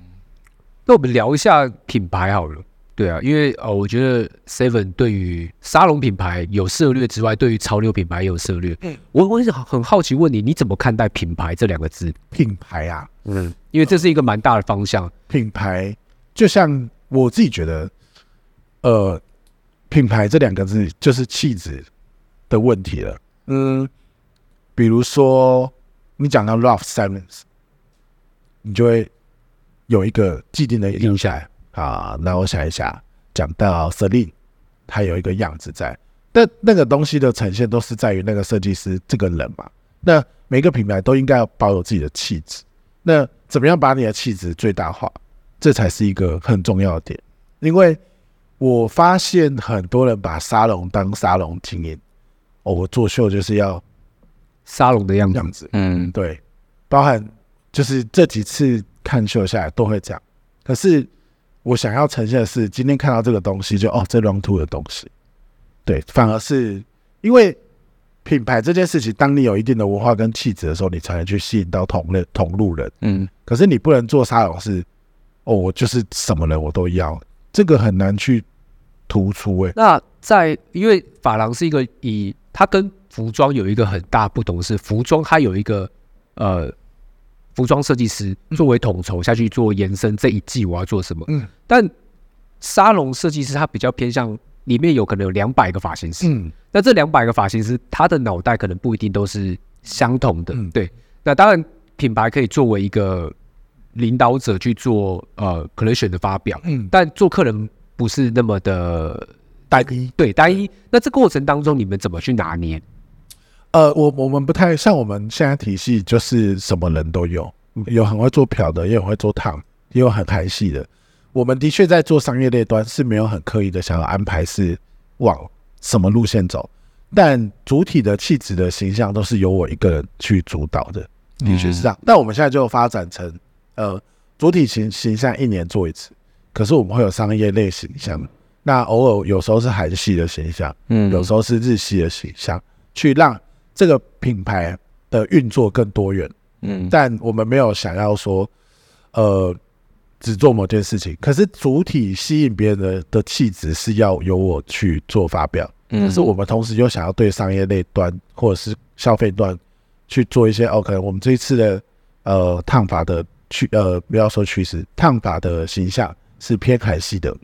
那我们聊一下品牌好了。对啊，因为呃，我觉得 Seven 对于沙龙品牌有策略之外，对于潮流品牌也有策略。我我是很好奇问你，你怎么看待品牌这两个字？品牌啊，嗯，因为这是一个蛮大的方向。品牌就像我自己觉得，呃，品牌这两个字就是气质的问题了。嗯，比如说你讲到 Ralph Simons，你就会有一个既定的印象啊。那我想一下，讲到 Celine，它有一个样子在，但那个东西的呈现都是在于那个设计师这个人嘛。那每个品牌都应该要保有自己的气质。那怎么样把你的气质最大化，这才是一个很重要的点。因为我发现很多人把沙龙当沙龙经营，哦，我做秀就是要沙龙的样这子样子，嗯，对，包含就是这几次看秀下来都会这样。可是我想要呈现的是，今天看到这个东西就哦，这 round two 的东西，对，反而是因为品牌这件事情，当你有一定的文化跟气质的时候，你才能去吸引到同类同路人。嗯，可是你不能做沙龙是，哦，我就是什么人我都要，这个很难去突出欸诶、那在因为法郎是一个以它跟服装有一个很大不同是，服装它有一个呃服装设计师作为统筹下去做延伸这一季我要做什么，嗯，但沙龙设计师他比较偏向里面有可能有两百个发型师，嗯，那这两百个发型师他的脑袋可能不一定都是相同的，嗯对，那当然品牌可以作为一个领导者去做呃可能选的发表，嗯但做客人不是那么的单一。嗯对，单一。那这过程当中，你们怎么去拿捏？呃，我我们不太像我们现在体系，就是什么人都有，嗯有很会做漂的，也有很会做烫，也有很韩系的。我们的确在做商业类端是没有很刻意的想要安排是往什么路线走，但主体的气质的形象都是由我一个人去主导的，的确是这样。但我们现在就发展成呃主体形形象一年做一次，可是我们会有商业类形象，那偶尔有时候是韩系的形象，嗯有时候是日系的形象，去让这个品牌的运作更多元。嗯，但我们没有想要说，呃，只做某件事情。可是主体吸引别人的的气质是要由我去做发表，嗯但是我们同时又想要对商业类端或者是消费端去做一些哦，可能我们这一次的呃烫发的趋呃不要说趋势，烫发的形象是偏韩系的，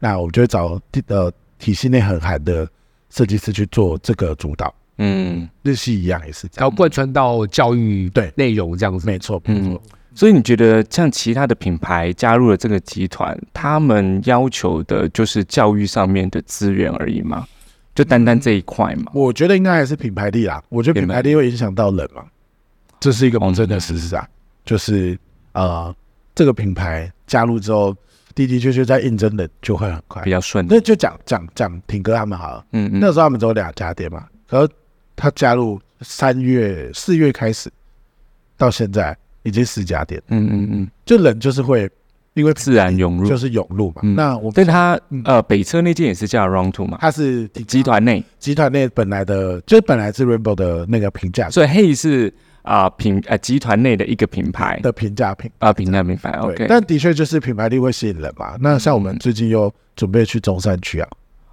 那我们就会找地呃体系内很韩的设计师去做这个主导。嗯，日系一样也是这样，然后贯穿到教育对内容这样子。没错，没错。所以你觉得像其他的品牌加入了这个集团，他们要求的就是教育上面的资源而已吗？就单单这一块嘛？我觉得应该还是品牌力啦。我觉得品牌力会影响到人嘛，这是一个不争的事实啊。就是呃，这个品牌加入之后，的的确确在应征的就会很快比。较顺利那，就讲讲讲挺哥他们好了，嗯嗯那时候他们只有两家店嘛，可是他加入三月四月开始，到现在已经十家店，嗯嗯嗯，就人就是会因为自然涌入就。是涌入嘛。嗯那我但它嗯啊呃北车那件也是叫 Round Two 嘛，他是集团内，集团内本来的，就是本来是 Rainbow 的那个评价所以 Hey 是啊、品呃集团内的一个品牌的评价品。啊、品牌品牌对， OK，嗯但的确就是品牌力会吸引人嘛。那像我们最近又准备去中山区啊，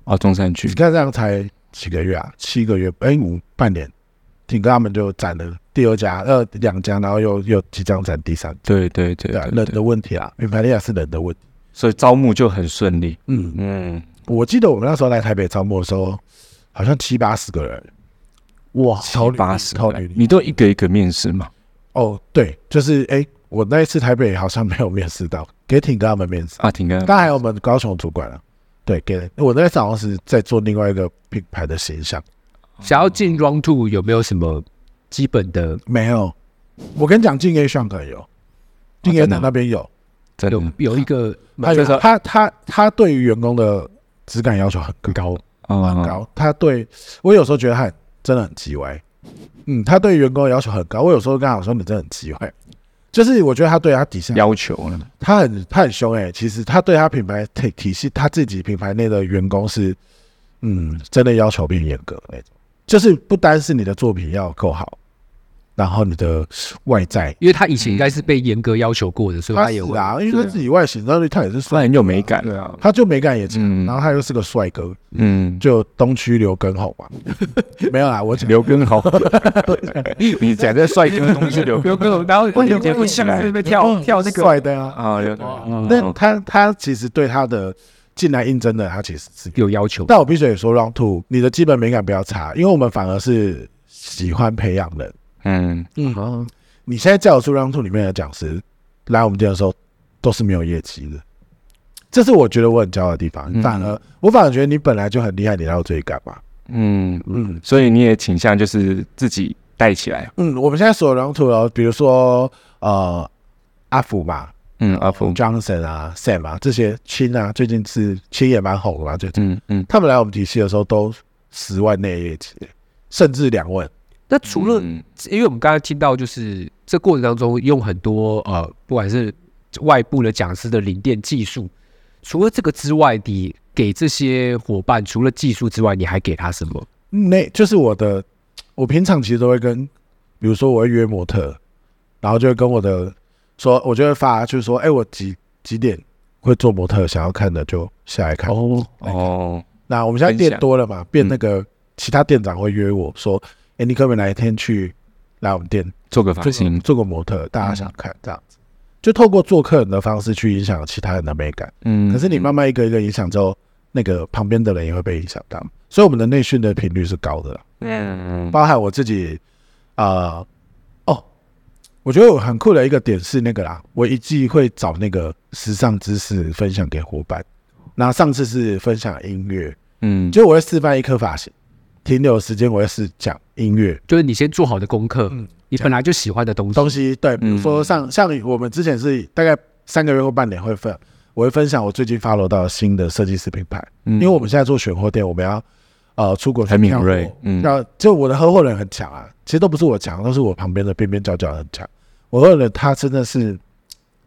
哦中山区你，看这样才几个月啊，七个月，哎、五半年，挺哥他们就展了第二家，呃，两家，然后又又即将展第三家，对对对对啊，对人对，的问题啊，品牌力也是人的问题。所以招募就很顺利。嗯，嗯，我记得我们那时候来台北招募的时候，好像七八十个人，哇，超八十超个女力你都一个一个面试嘛？哦，对，就是哎、我那一次台北好像没有面试到，给挺哥他们面试。啊，挺哥，当然还有我们高雄主管了、啊对，给了我那次好像是在做另外一个品牌的形象，想要进 Round Two 有没有什么基本的？没有。我跟你讲，敬业上可能有，敬业真的的啊那边有，真的有有一个嗯他蛮有他他他对于员工的质感要求很高。高，很嗯，高。他对我有时候觉得他很真的很叽歪，嗯，他对员工的要求很高。我有时候跟他讲说你真的很叽歪，就是我觉得他对他底线，要求呢？他很他很凶哎、其实他对他品牌体体系，他自己品牌内的员工是，嗯，真的要求变严格那种。就是不单是你的作品要够好，然后你的外在，因为他以前应该是被严格要求过的，所以嗯他他是也会啊，因为他自己外形，那他也是不帅，然又没感。对啊，他就美感也强，嗯然后他又是个帅哥，嗯，就东区刘畊宏嘛，没有啦，我讲刘根豪， 你讲这帅哥的东西是刘根有各种，然后我有点不起来被跳跳那个，帅的啊。啊，刘那他他其实对他的进来应征的，他其实是有。有要求，但我必须得说，Round Two，你的基本美感不要差，因为我们反而是喜欢培养人。嗯，嗯，你现在叫得出 Round Two 里面的讲师来我们店的时候，都是没有业绩的。这是我觉得我很骄傲的地方。嗯反而我反而觉得你本来就很厉害，你来我这里干嘛？嗯，嗯所以你也倾向就是自己带起来，啊嗯，我们现在所有 Round Two 哦，比如说呃阿福嘛，嗯，阿福， Johnson 啊、Sam 啊这些亲啊，最近是亲也蛮红的嘛，最近嗯嗯，他们来我们体系的时候都十万内业绩，甚至两万。那除了嗯因为我们刚才听到，就是这过程当中用很多呃，不管是外部的讲师的零电技术，除了这个之外，你给这些伙伴除了技术之外，你还给他什么？那就是我的，我平常其实都会跟，比如说我会约模特，然后就会跟我的说，我就会发，就是说，哎、我几几点会做模特，想要看的就下来看。哦，哦，那我们现在分享嗯店多了嘛，变那个其他店长会约我说，哎、你可不可以哪一天去来我们店做个发做型个，做个模特，嗯大家想看这样子，就透过做客人的方式去影响其他人的美感。嗯，可是你慢慢一个一个影响之后，那个旁边的人也会被影响到，所以我们的内训的频率是高的啦，嗯，包含我自己，啊，哦，我觉得我很酷的一个点是那个啦，我一季会找那个时尚知识分享给伙伴，那上次是分享音乐，嗯，就我会示范一颗发型，停留时间我会是讲音乐，就是你先做好的功课，你本来就喜欢的东西，东西，对，比如说像像我们之前是大概三个月或半年会分，我会分享我最近 follow 到的新的设计师品牌，嗯因为我们现在做选货店，我们要呃出国去很敏跳货锐嗯要就我的合伙人很强啊，其实都不是我强，都是我旁边的边边角角很强。我合伙人他真的是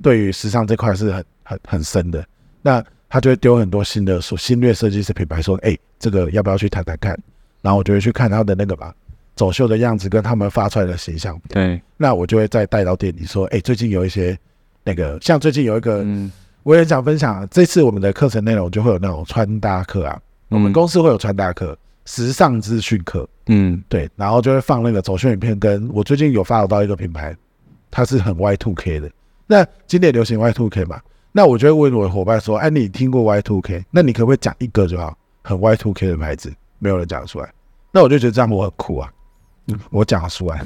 对于时尚这块是很很很深的，那他就会丢很多新的说新锐设计师品牌说，哎、这个要不要去谈谈看？然后我就会去看他的那个吧，走秀的样子跟他们发出来的形象对，那我就会再带到店里说，哎、最近有一些那个，像最近有一个，嗯，我也想分享，啊这次我们的课程内容就会有那种穿搭课啊，我们公司会有穿搭课、时尚资讯课，嗯对，然后就会放那个走秀影片，跟我最近有发到一个品牌，它是很 Y two K 的，那今年流行 Y two K 嘛，那我就会问我的伙伴说，哎、你听过 Y two K？那你可不可以讲一个就好，很 Y two K 的牌子，没有人讲得出来，那我就觉得这样我很酷啊，我讲得出来。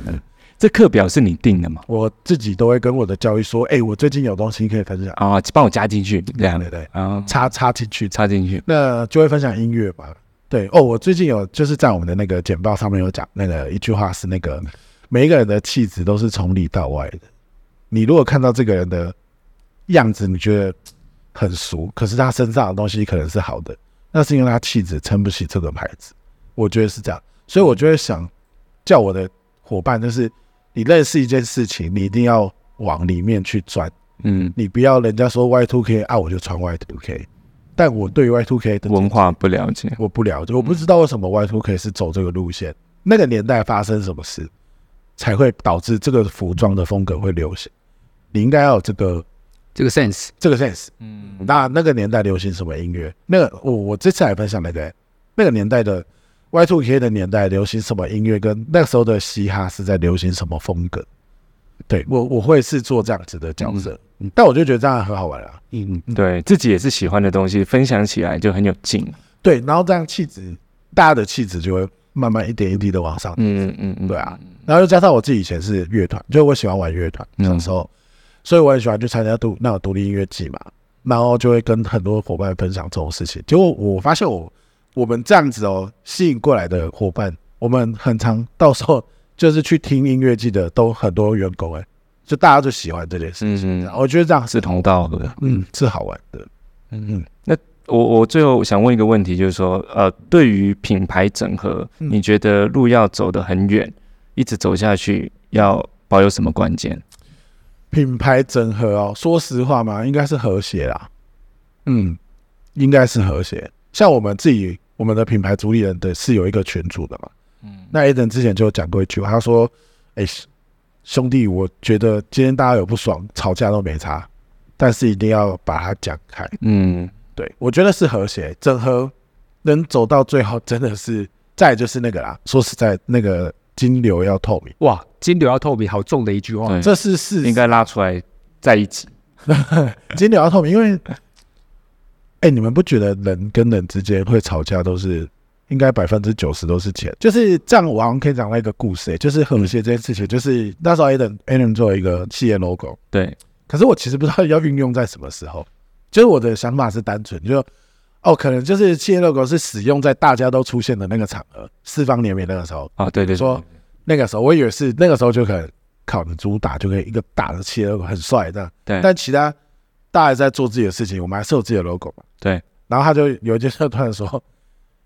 这课表是你定的吗？我自己都会跟我的教育说，哎、我最近有东西可以分享，啊，帮我加进去，这样对对，啊，插插进去，插进去，那就会分享音乐吧。对哦，我最近有就是在我们的那个简报上面有讲，那个一句话是那个每一个人的气质都是从里到外的。你如果看到这个人的样子，你觉得很俗，可是他身上的东西可能是好的，那是因为他气质撑不起这个牌子。我觉得是这样，所以我就会想叫我的伙伴，就是你认识一件事情，你一定要往里面去钻，嗯，你不要人家说 Y two K 啊，我就穿 Y two K，但我对 Y two K 的文化不了解，我不了解，我不知道为什么 Y two K 是走这个路线，那个年代发生什么事才会导致这个服装的风格会流行？你应该要有这个这个 sense 这个 sense。嗯那那个年代流行什么音乐？那个我我这次还分享那个那个年代的 Y two K 的年代流行什么音乐，跟那时候的嘻哈是在流行什么风格？对我我会是做这样子的角色，嗯但我就觉得这样很好玩啊。嗯，对自己也是喜欢的东西，分享起来就很有劲，对，然后这样气质，大家的气质就会慢慢一点一滴的往上。嗯嗯嗯，对啊，然后又加上我自己以前是乐团，就是我喜欢玩乐团，嗯小时候，所以我很喜欢去参加独那种独立音乐季嘛，然后就会跟很多伙伴分享这种事情。结果我发现我我们这样子哦，吸引过来的伙伴，我们很常到时候就是去听音乐季的都很多员工哎、就大家就喜欢这件事。嗯嗯，我觉得这样是志同道合。嗯是好玩的。我我最后想问一个问题，就是说，呃，对于品牌整合，嗯你觉得路要走得很远，一直走下去，要保有什么关键？品牌整合哦，说实话嘛，应该是和谐啦。嗯，应该是和谐。像我们自己，我们的品牌主理人的是有一个群主的嘛。嗯，那 Aden 之前就有讲过一句话，他说：“哎、兄弟，我觉得今天大家有不爽，吵架都没差，但是一定要把它讲开。嗯对”我觉得是和谐整合，能走到最后真的是。再来就是那个啦，说实在，那个金流要透明，哇，金流要透明，好重的一句话。对这是事实应该拉出来在一起。金流要透明，因为，哎、你们不觉得人跟人之间会吵架都是应该百分之九十都是钱？就是这样，我好像可以讲到一个故事、哎，就是嗯和谐这件事情，就是那时候 Adam Adam 做一个企业 logo，对，可是我其实不知道要运用在什么时候。就是我的想法是单纯，就哦，可能就是企业 logo 是使用在大家都出现的那个场合，四方联名那个时候，啊，对对，对说那个时候我以为是那个时候就可能靠你主打就可以一个大的企业 logo 很帅这样，对但其他大家在做自己的事情，我们还是有自己的 logo 嘛。对，然后他就有一件事突然说：“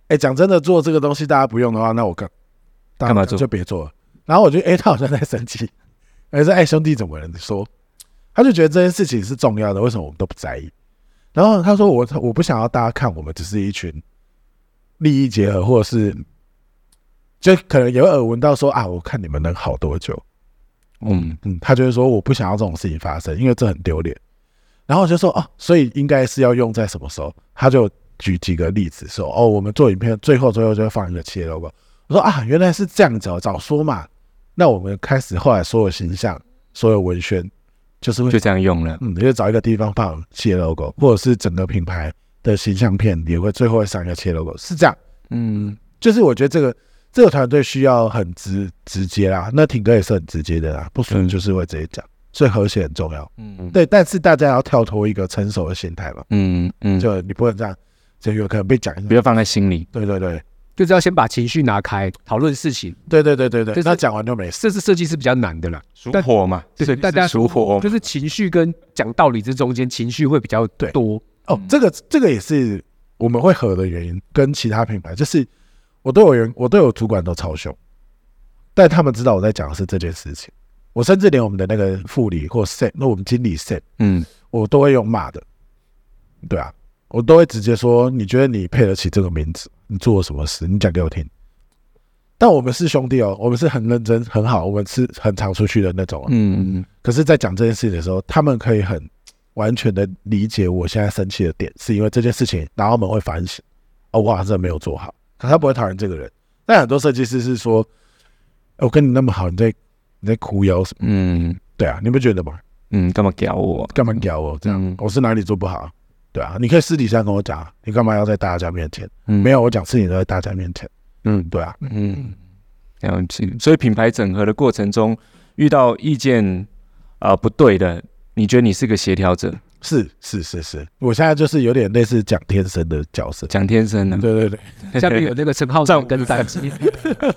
哎，讲真的，做这个东西大家不用的话，那我干大家干嘛做就别做了。”然后我就哎，他好像在生气， 而说：“哎，兄弟，怎么了？你说？”他就觉得这件事情是重要的，为什么我们都不在意？然后他说我：“我不想要大家看我们只是一群利益结合，或者是就可能有耳闻到说啊，我看你们能好多久。”嗯，嗯，他就会说我不想要这种事情发生，因为这很丢脸。然后我就说哦，所以应该是要用在什么时候？他就举几个例子说哦，我们做影片最后最后就会放一个企业 logo。我说啊，原来是这样子哦，早说嘛。那我们开始后来所有形象、所有文宣，就是会就这样用了。嗯，就找一个地方放企业 logo，或者是整个品牌的形象片也会最后会上一个企业 logo，是这样。嗯，就是我觉得这个这个团队需要很直直接啦，那挺哥也是很直接的啦，不服嗯就是会直接讲，所以和谐很重要。嗯对，但是大家要跳脱一个成熟的心态嘛，嗯嗯，就你不能这样，就有可能被讲一不下。要放在心里。对对对就是要先把情绪拿开，讨论事情，对对对对就对，是那讲完就没事。这是设计是比较难的啦。属但火嘛，对，是大家是属火就。是情绪跟讲道理这中间，情绪会比较对多。嗯哦，这个这个也是我们会合的原因，跟其他品牌就是我对我员我对我主管都超凶，但他们知道我在讲的是这件事情，我甚至连我们的那个副理或 set，那我们经理 set，嗯，我都会用骂的，对啊，我都会直接说，你觉得你配得起这个名字？你做了什么事？你讲给我听。但我们是兄弟哦，我们是很认真、很好，我们是很常出去的那种哦、嗯嗯可是，在讲这件事情的时候，他们可以很完全的理解我现在生气的点，是因为这件事情，然后我们会反省，哦，我好像真的没有做好。可他不会讨厌这个人。但很多设计师是说，哎我跟你那么好，你在你在哭腰什么？嗯对啊，你不觉得吗？嗯，干嘛屌我？干嘛屌我这样？嗯我是哪里做不好？对啊，你可以私底下跟我讲啊，你干嘛要在大家面前？嗯没有，我讲事情都在大家面前。嗯，对啊，嗯，了解。所以品牌整合的过程中，遇到意见啊不对的，你觉得你是个协调者，是是是是，我现在就是有点类似讲天生的角色。讲天生呢？对对对，下面有那个陈浩丈南夫跟三七，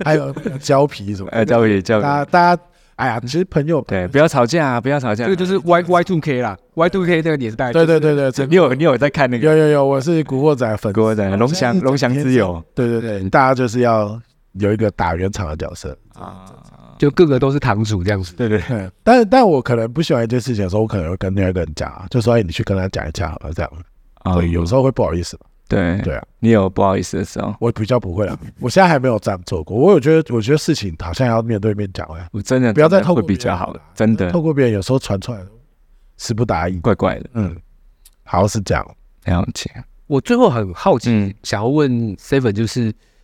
还有胶皮什么，呃，教育教大育，家大家，哎呀，其实朋友，对，不要吵架啊，不要吵架。这个就是 Y Y Two K 啦，Y Two K 那个年代。对对对对，这这你有你有在看那个有有有，我是古惑仔粉丝。郭仔龙翔龙翔之友对对对，大家就是要有一个打圆场的角色。啊？就各个都是堂主这样子。对对，嗯但但我可能不喜欢一件事情的时候，我可能会跟另外一个人讲啊，就说哎，你去跟他讲一下好了，这样。啊哦对，有时候会不好意思嘛。对对啊，你有不好意思的时候，我比较不会啦，我现在还没有这样做过。我有觉得，我觉得事情好像要面对面讲呀，我真的不要再真的透会过比别人较好的，真的透过别人有时候传出来，词不达意。怪怪的，嗯，好像是这样。了解。我最后很好奇，嗯想要问 Seven，就是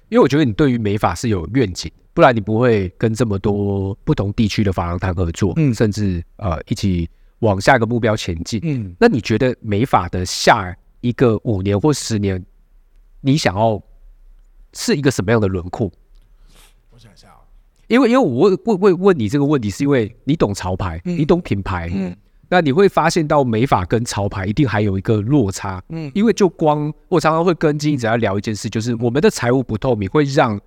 因为我觉得你对于美发是有愿景，不然你不会跟这么多不同地区的发廊摊合作，嗯甚至呃一起往下一个目标前进。嗯，那你觉得美发的下一个五年或十年，你想要是一个什么样的轮廓？我想一下、哦，因为因为我问问问问你这个问题，是因为你懂潮牌，你懂品牌，嗯那你会发现到美发跟潮牌一定还有一个落差，嗯，因为就光我常常会跟经营者要聊一件事，就是我们的财务不透明会让，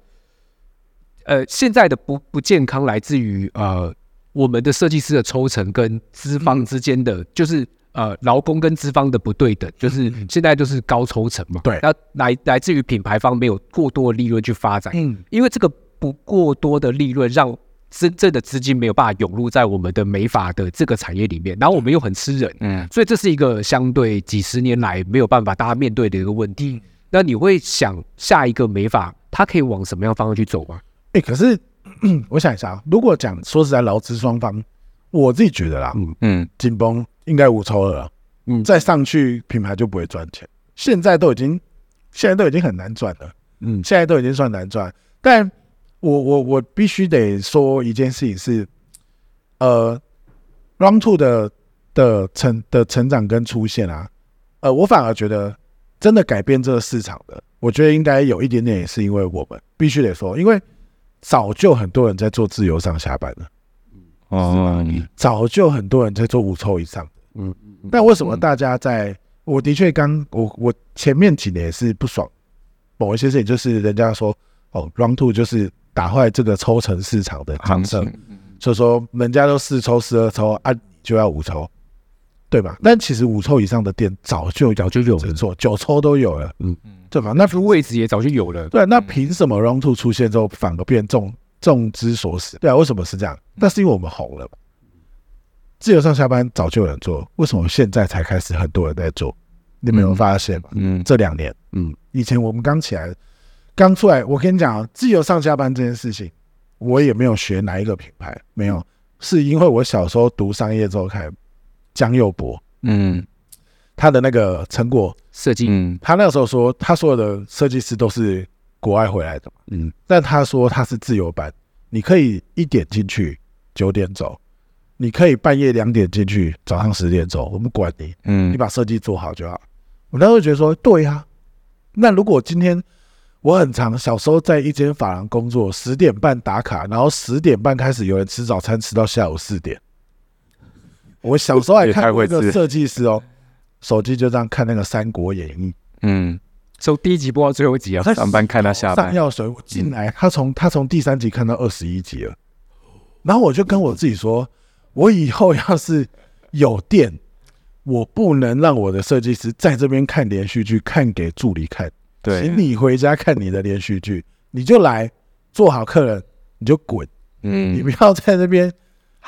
呃，现在的不不健康来自于呃我们的设计师的抽成跟资方嗯之间的，就是呃劳工跟资方的不对 等，就是现在就是高抽成嘛。对那来来自于品牌方没有过多的利润去发展，嗯，因为这个不过多的利润让。真正的资金没有办法涌入在我们的美发的这个产业里面，然后我们又很吃人，嗯，所以这是一个相对几十年来没有办法大家面对的一个问题。那你会想下一个美发它可以往什么样方向去走吗？哎、可是 我想一下啊，如果讲说实在，劳资双方，我自己觉得啦，嗯，紧绷应该无抽了啦，嗯再上去品牌就不会赚钱。现在都已经，现在都已经很难赚了，嗯现在都已经算难赚。但我我我必须得说一件事情是，呃，Round Two 的的成的成长跟出现啊，呃，我反而觉得真的改变这个市场的，我觉得应该有一点点也是因为我们必须得说，因为早就很多人在做自由上下班了。哦，早就很多人在做五抽以上，嗯嗯，但为什么大家在？我的确刚我我前面几年也是不爽某一些事情，就是人家说哦，round two 就是打坏这个抽成市场的行行情情，，所以说人家都四抽十二抽啊，你就要五抽，对吧？但其实五抽以上的店早就早就有了做，九抽都有了，嗯嗯，对吧？那这位置也早就有了。对，那凭什么 Round Two 出现之后反而变众众之所死？对啊，为什么是这样？那是因为我们红了嘛。自由上下班早就有人做，为什么现在才开始很多人在做？你们有没有发现吗？嗯这两年，嗯，以前我们刚起来，刚出来，我跟你讲啊，自由上下班这件事情，我也没有学哪一个品牌，没有，是因为我小时候读商业周刊，江佑博嗯他的那个成果设计，嗯他那个时候说，他所有的设计师都是国外回来的嘛，嗯，但他说他是自由班，你可以一点进去，九点走，你可以半夜两点进去，早上十点走，我不管你，你嗯把设计做好就好。我那时候觉得说，对呀、那如果今天我很常小时候在一间发廊工作，十点半打卡，然后十点半开始有人吃早餐，吃到下午四点。我小时候还也看太过会一个吃设计师哦，手机就这样看那个《三国演义》，嗯，从第一集播到最后一集啊，上班看到下上班，嗯药水，我进来，他从他从第三集看到二十一集了，然后我就跟我自己说，我以后要是有店，我不能让我的设计师在这边看连续剧，看给助理看，对请，你回家看你的连续剧，你就来做好客人，你就滚，你嗯不要在这边。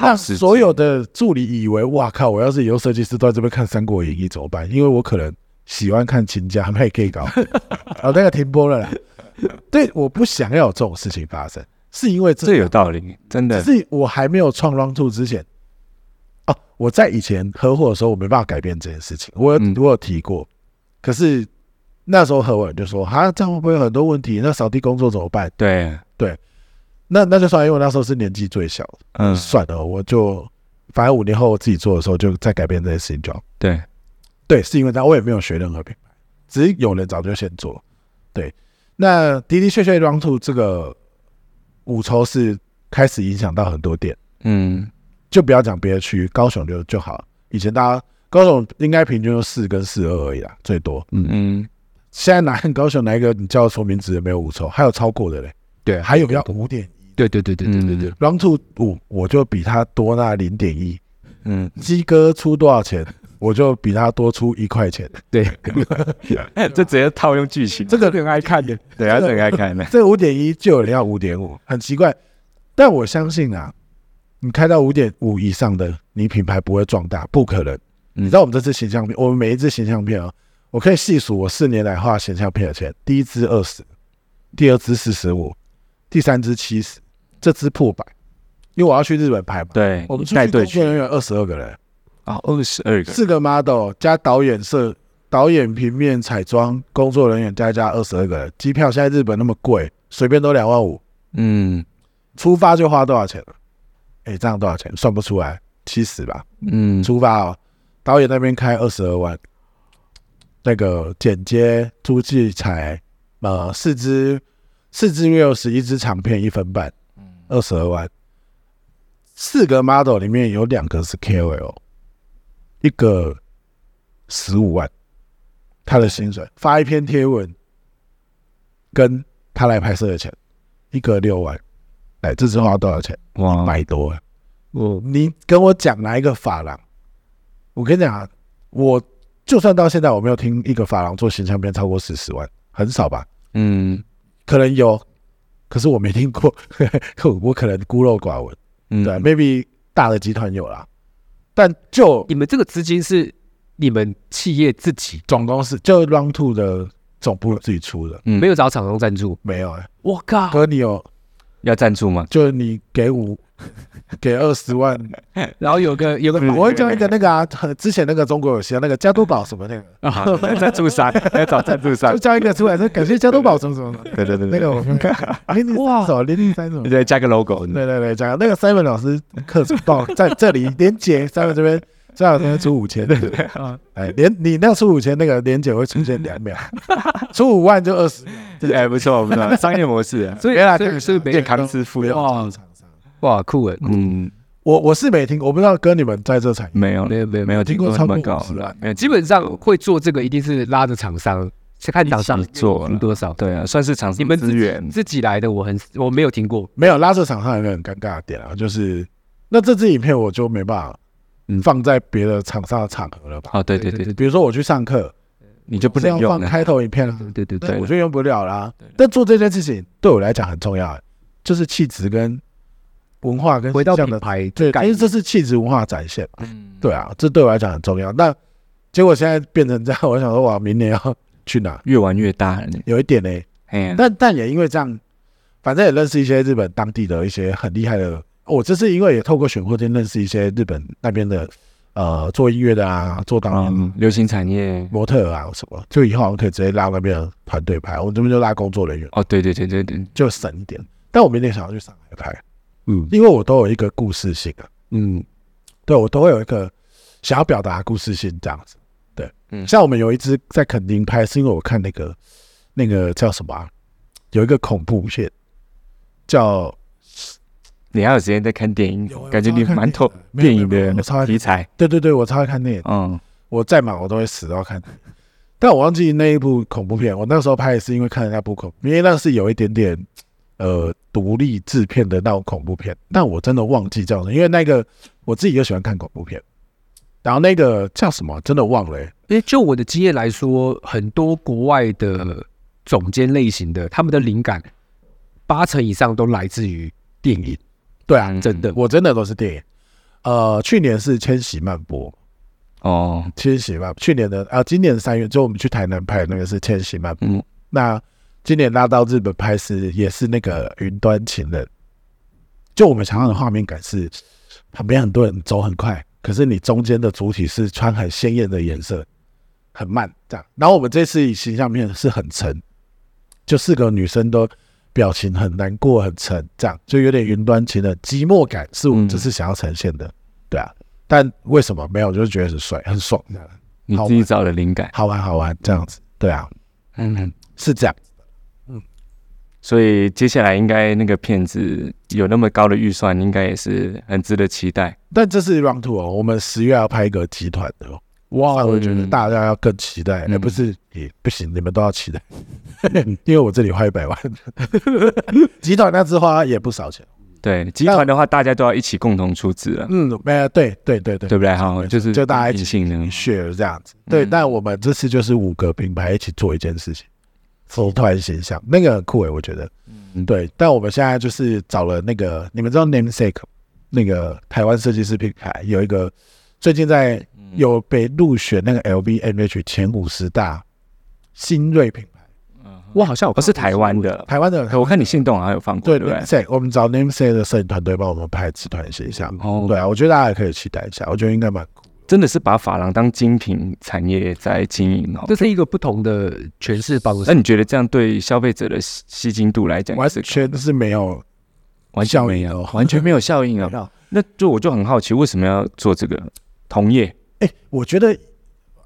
让时间所有的助理以为，哇靠！我要是以后设计师都在这边看《三国演义》怎么办？因为我可能喜欢看秦家卖 gay 搞，然后那个停播了啦。对，我不想要有这种事情发生，是因为这这有道理，真的，是我还没有创 Round Two 之前，哦，我在以前合伙的时候，我没办法改变这件事情，我有、嗯我有提过，可是那时候合伙人就说，哈，这样会不会有很多问题？那扫地工作怎么办？对，那那就算了，因为我那时候是年纪最小的，嗯，算了，我就反正五年后我自己做的时候，就再改变这件事情就好。对，对，是因为这样，我也没有学任何品牌，只是有人早就先做。对，那的的确确，Round Two 这个五筹是开始影响到很多店，嗯就不要讲别的区域，高雄就就好了。以前大家高雄应该平均就四跟四二而已啦，最多。嗯现在哪 高雄哪一个你叫得出名字的没有五筹，还有超过的嘞，对，还有要五点对对对对对对对， Round Two 五，我就比他多那零点一。嗯，鸡哥出多少钱，我就比他多出一块钱。 哎，这直接套用剧情，这个很爱看的，对啊，这个爱看的，这五点一就有人要五点五，很奇怪。但我相信啊，你开到五点五以上的，你品牌不会壮大，不可能。嗯你知道我们这支形象片，我们每一支形象片啊，我可以细数我四年来画形象片的钱，第一支二十，第二支四十五，第三支七十，这支破百，因为我要去日本拍嘛。对，我们出带去工队作去人员二十二个人，啊，二十二个，四个 model 加导演摄、导演、平面、彩妆工作人员加一加二十二个人，机票现在日本那么贵，随便都两万五，嗯出发就花多少钱了？哎，这样多少钱？算不出来，七十吧。嗯，出发哦，导演那边开二十二万，那个剪接、租器材，呃，四支四支六十，一支长片一分半，二十二万。四个 model 里面有两个是 KOL，一个十五万，他的薪水发一篇贴文，跟他来拍摄的钱，一个六万，哎，这次花多少钱？哇，百多啊，我你跟我讲哪一个发廊？我跟你讲啊，我就算到现在我没有听一个发廊做形象片超过四十万，很少吧？嗯可能有，可是我没听过， 我我可能孤陋寡闻。嗯，对、m a y b e 大的集团有啦，但就你们这个资金是你们企业自己总公司就 Round Two 的总部自己出的，嗯没有找厂商赞助？没有、欸。我靠！哥，你有，要赞助吗？就是你给五，给二十万，然后有个有个我会叫一个那个啊，很之前那个中国有嘻啊哈那个加多宝什么那个，啊，赞助商 要找赞助商 就，叫一个出来说感谢加多宝什么什么的，对对对那对，个我们哎零零三什么零零三什么，对加个 logo，对对对，讲那个 Simon 老师课程报在这里连姐 Simon 这边。这两天出五千，啊哎，连你那出五千，那个连姐会出现两秒，出五万就二十，哎，不错不错，商业模式，所以没啦所以所以没健康致富没，有哇厂商。哇酷哎！嗯，我我是没听，我不知道跟你们在这产业，没有没有没有没有听听过过超那过么高50了万，没有基本上会做这个一定是拉着厂商，是看厂商一起做了出多少。对啊，算是厂你商们自资源己，自己来的，我很我没有听过。没有拉扯厂商有一个很尴尬的点啊，就是那这支影片我就没办法嗯放在别的厂商的场合了吧？哦，对对对对，比如说我去上课，你就不是能要用放了，开头影片啊，对对那对我，就用不了啦。但做这件事情对我来讲很重要，就是气质跟文化跟回到这品样的牌对，概因为念，这是气质文化展现嘛。嗯，对啊，这对我来讲很重要。那结果现在变成这样，我想说哇，明年要去哪？越玩越大，有一点呢、哎呀，但但也因为这样，反正也认识一些日本当地的一些很厉害的。我、这是因为也透过选货店认识一些日本那边的，呃，做音乐的啊，做导演、嗯，流行产业，模特啊什么，就以后好像可以直接拉那边的团队拍，我们这边就拉工作人员，哦，对对对对对，就省一点。但我明年想要去上海拍，嗯因为我都有一个故事性啊，嗯，对我都会有一个想要表达的故事性这样子。对，嗯像我们有一支在垦丁拍，是因为我看那个那个叫什么啊、有一个恐怖片叫你还有时间在看电影有有，感觉你蛮投没有电影没有没有我超爱的看题材，对对对，我超爱看电影，嗯，我再忙我都会死都要看。 但我忘记那一部恐怖片，我那时候拍也是因为看了那部恐，因为那是有一点点呃独立制片的那种恐怖片，但我真的忘记叫什么，因为那个我自己就喜欢看恐怖片，然后那个叫什么真的忘了、欸因为就我的经验来说，很多国外的总监类型的，他们的灵感八成以上都来自于电影，对啊，嗯真的。我真的都是电影。呃，去年是千禧曼波，哦，千禧曼，去年的啊、今年三月就我们去台南拍的那个是千禧曼波，嗯那今年拉到日本拍是也是那个云端情人，就我们想象的画面感是旁边很多人走很快，可是你中间的主体是穿很鲜艳的颜色，很慢这样。然后我们这次以形象片是很沉，就四个女生都表情很难过、很沉，这样就有点云端情人寂寞感，是我们嗯这次想要呈现的，对啊。但为什么没有？就是觉得很帅、很爽，这样你好自己找的灵感，好玩、好玩这样子，对啊，嗯，是这样。所以接下来应该那个片子有那么高的预算，应该也是很值得期待。但这是 round two 哦，我们十月要拍一个集团的哦，哇那我觉得嗯大家要更期待，哎、嗯不是也不行，你们都要期待，因为我这里花一百万，集团那只花也不少钱，对集团的话，大家都要一起共同出资了，嗯，没有，对对对对对不对？哈，就是就大家一起隐性能， ，share 这样子，对，嗯但我们这次就是五个品牌一起做一件事情，集团形象那个很酷欸诶，我觉得，嗯对，但我们现在就是找了那个，你们知道 namesake 那个台湾设计师品牌有一个最近在嗯有被入选那个 LVMH 前五十大新锐品牌，我好像有不哦是台湾的。台湾的我看你信动好像有放过，对对不对？ namesake，我们找 namesake 的摄影团队帮我们拍集团形象。哦对啊，我觉得大家也可以期待一下，我觉得应该蛮酷。真的是把法郎当精品产业在经营哦。这是一个不同的诠释方那式。你觉得这样对消费者的吸吸睛度来讲，完是全是没有，完全没效应哦有，完全没有效应啊！那就我就很好奇，为什么要做这个同业？哎，我觉得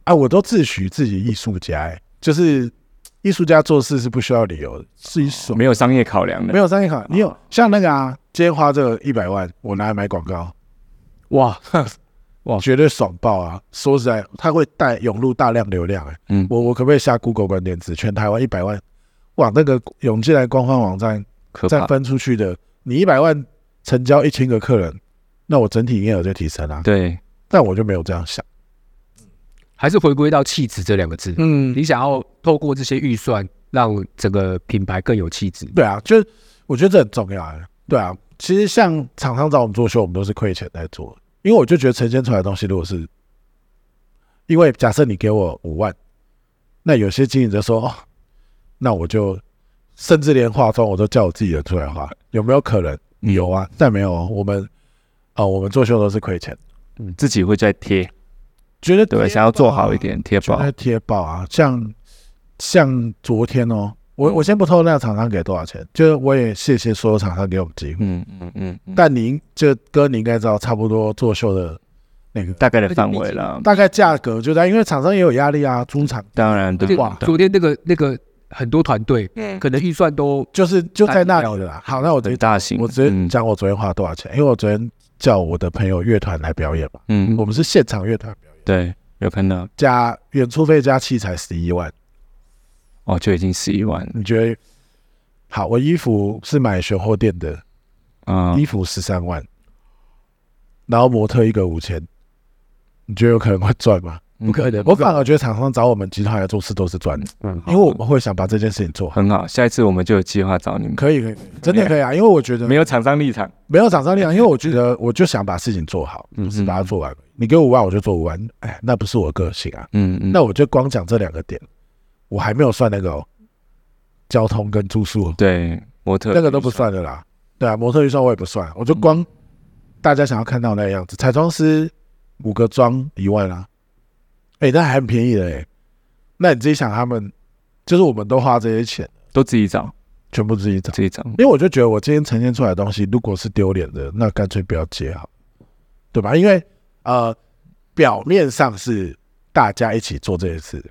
啊，我都自诩自己艺术家，哎，就是艺术家做事是不需要理由的，自己爽。没有商业考量的，没有商业考，你哦有像那个啊，今天花这一百万，我拿来买广告， 哇，哇，绝对爽爆啊！说实在，它会带涌入大量流量、欸。嗯我我可不可以下 Google 关键字，全台湾一百万？哇，那个涌进来官方网站可再怕。分出去的，你一百万成交一千个客人，那我整体营业额就提升啦。对，但我就没有这样想。还是回归到气质这两个字。嗯，你想要透过这些预算，让整个品牌更有气质。对啊，就是我觉得这很重要啊。对啊，其实像厂商找我们做秀，我们都是亏钱在做，因为我就觉得呈现出来的东西，如果是，因为假设你给我五万，那有些经营者说，哦，那我就甚至连化妆我都叫我自己人出来化，有没有可能？嗯有啊，但没有哦，我们啊、我们做秀都是亏钱，自己会再贴，觉得对，想要做好一点，贴就爆在贴爆啊，像像昨天哦，我我先不透那个厂商给多少钱，就是我也谢谢所有厂商给我们机会。嗯嗯嗯嗯，但您这哥你应该知道，差不多做秀的那个大概的范围了。大概价格就在，因为厂商也有压力啊，租厂当然，而对且哇昨天那个那个很多团队，可能预算都就是就在那里的啦。好，那我直很接大型，我直接嗯讲我昨天花了多少钱，因为我昨天叫我的朋友乐团来表演嘛，嗯，我们是现场乐团表演，对，有看到加演出费加器材十一万，哦，就已经十一万了你觉得？好，我衣服是买选货店的，啊衣，服十三万，然后模特一个五千，你觉得有可能会赚吗？不可能。嗯我反而觉得厂商找我们集团来做事都是赚的，嗯因为我们会想把这件事情做好。很好，下一次我们就有计划找你们，可以可以，真的可以啊，因为我觉得嗯没有厂商立场，没有掌上力啊，因为我觉得我就想把事情做好，嗯就是把它做完。你给我五万，我就做五万，哎，那不是我个性啊。嗯嗯，那我就光讲这两个点，我还没有算那个哦交通跟住宿哦，对模特那个都不，算的啦。对啊，模特预算我也不算，我就光大家想要看到那个样子，彩妆师五个妆一万啊，哎，那还很便宜的哎。那你自己想，他们就是我们都花这些钱，都自己找，全部自己找。自己找，因为我就觉得我今天呈现出来的东西，如果是丢脸的，那干脆不要接好，对吧？因为呃，表面上是大家一起做这件事，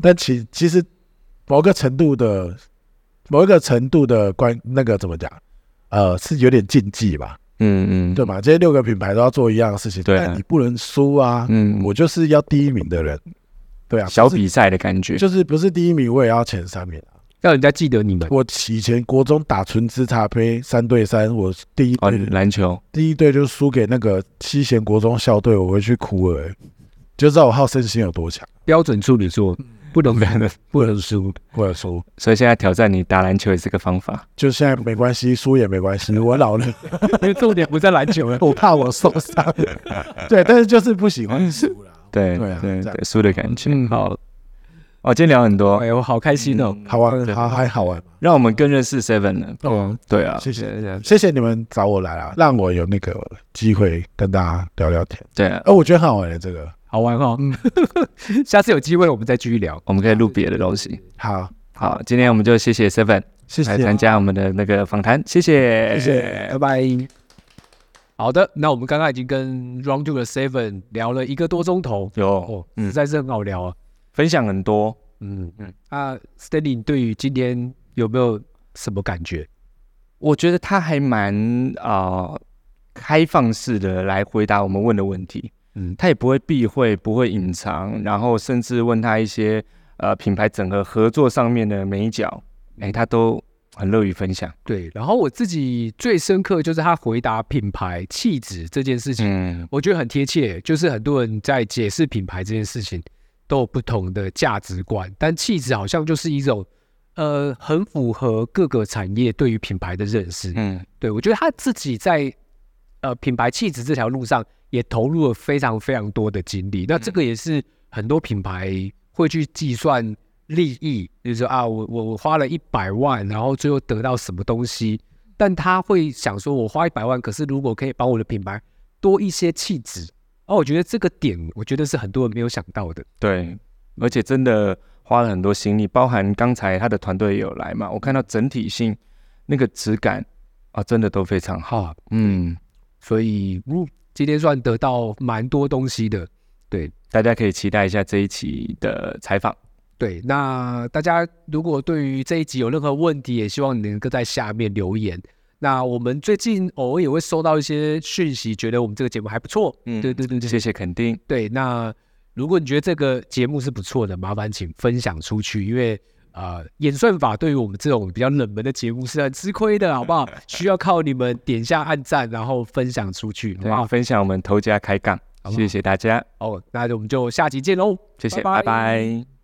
但其其实某个程度的某一个程度的关那个怎么讲？呃，是有点禁忌吧，嗯嗯，对吧？这些六个品牌都要做一样的事情，对啊但你不能输啊！嗯，我就是要第一名的人，对啊，小不是比赛的感觉，就是不是第一名，我也要前三名。让人家记得你们。我以前国中打纯资茶杯三对三，我第一哦队、，篮球，第一队就输给那个七贤国中校队，我会去哭了、欸就知道我好胜心有多强。标准处女座不能不能输，或者输，所以现在挑战你打篮球也是个方法，就现在没关系，输也没关系，我老了，因为重点不在篮球了。我怕我受伤。 对，但是就是不喜欢输啦。对对啊对这样对，输的感觉。嗯，好，哦，今天聊很多哎，呦，我好开心哦。好玩，好还好啊玩。让我们更认识 Seven 了。哦，对啊，谢谢，对对谢谢你们找我来啊，让我有那个机会跟大家聊聊天。对啊，哎、我觉得很好玩的、这个。好玩哦。 下次有机会我们再继续聊。我们可以录别的东西。好，好，今天我们就谢谢 Seven 谢谢来，参加我们的那个访谈，谢谢，谢谢。拜拜。好的，那我们刚刚已经跟 Round Two 的 Seven 聊了一个多钟头有哦，嗯实在是很好聊啊。分享很多，嗯嗯嗯。啊，Stanley，你对于今天有没有什么感觉？我觉得他还蛮啊、呃开放式的来回答我们问的问题，嗯他也不会避讳，不会隐藏，然后甚至问他一些呃品牌整个合作上面的美角，哎，他都很乐于分享。对，然后我自己最深刻就是他回答品牌气质这件事情，嗯，我觉得很贴切。就是很多人在解释品牌这件事情都有不同的价值观，但气质好像就是一种呃，很符合各个产业对于品牌的认识。嗯，对我觉得他自己在呃品牌气质这条路上也投入了非常非常多的精力。那这个也是很多品牌会去计算利益，就是说啊，我我我花了一百万，然后最后得到什么东西？但他会想说，我花一百万，可是如果可以帮我的品牌多一些气质，哦，我觉得这个点，我觉得是很多人没有想到的。对，而且真的花了很多心力，包含刚才他的团队也有来嘛，我看到整体性那个质感啊，真的都非常好。哈，嗯，所以嗯，今天算得到蛮多东西的。大家可以期待一下这一期的采访。对，那大家如果对于这一集有任何问题，也希望你能够在下面留言。那我们最近偶尔也会收到一些讯息，觉得我们这个节目还不错。嗯对对对对谢谢肯定。对。那如果你觉得这个节目是不错的，麻烦请分享出去，因为呃演算法对于我们这种比较冷门的节目是很吃亏的，好不 好？需要靠你们点下按赞，然后分享出去，好不对，好？分享我们头家开杠，好不好谢谢大家，哦，那就我们就下集见喽，谢谢，拜拜拜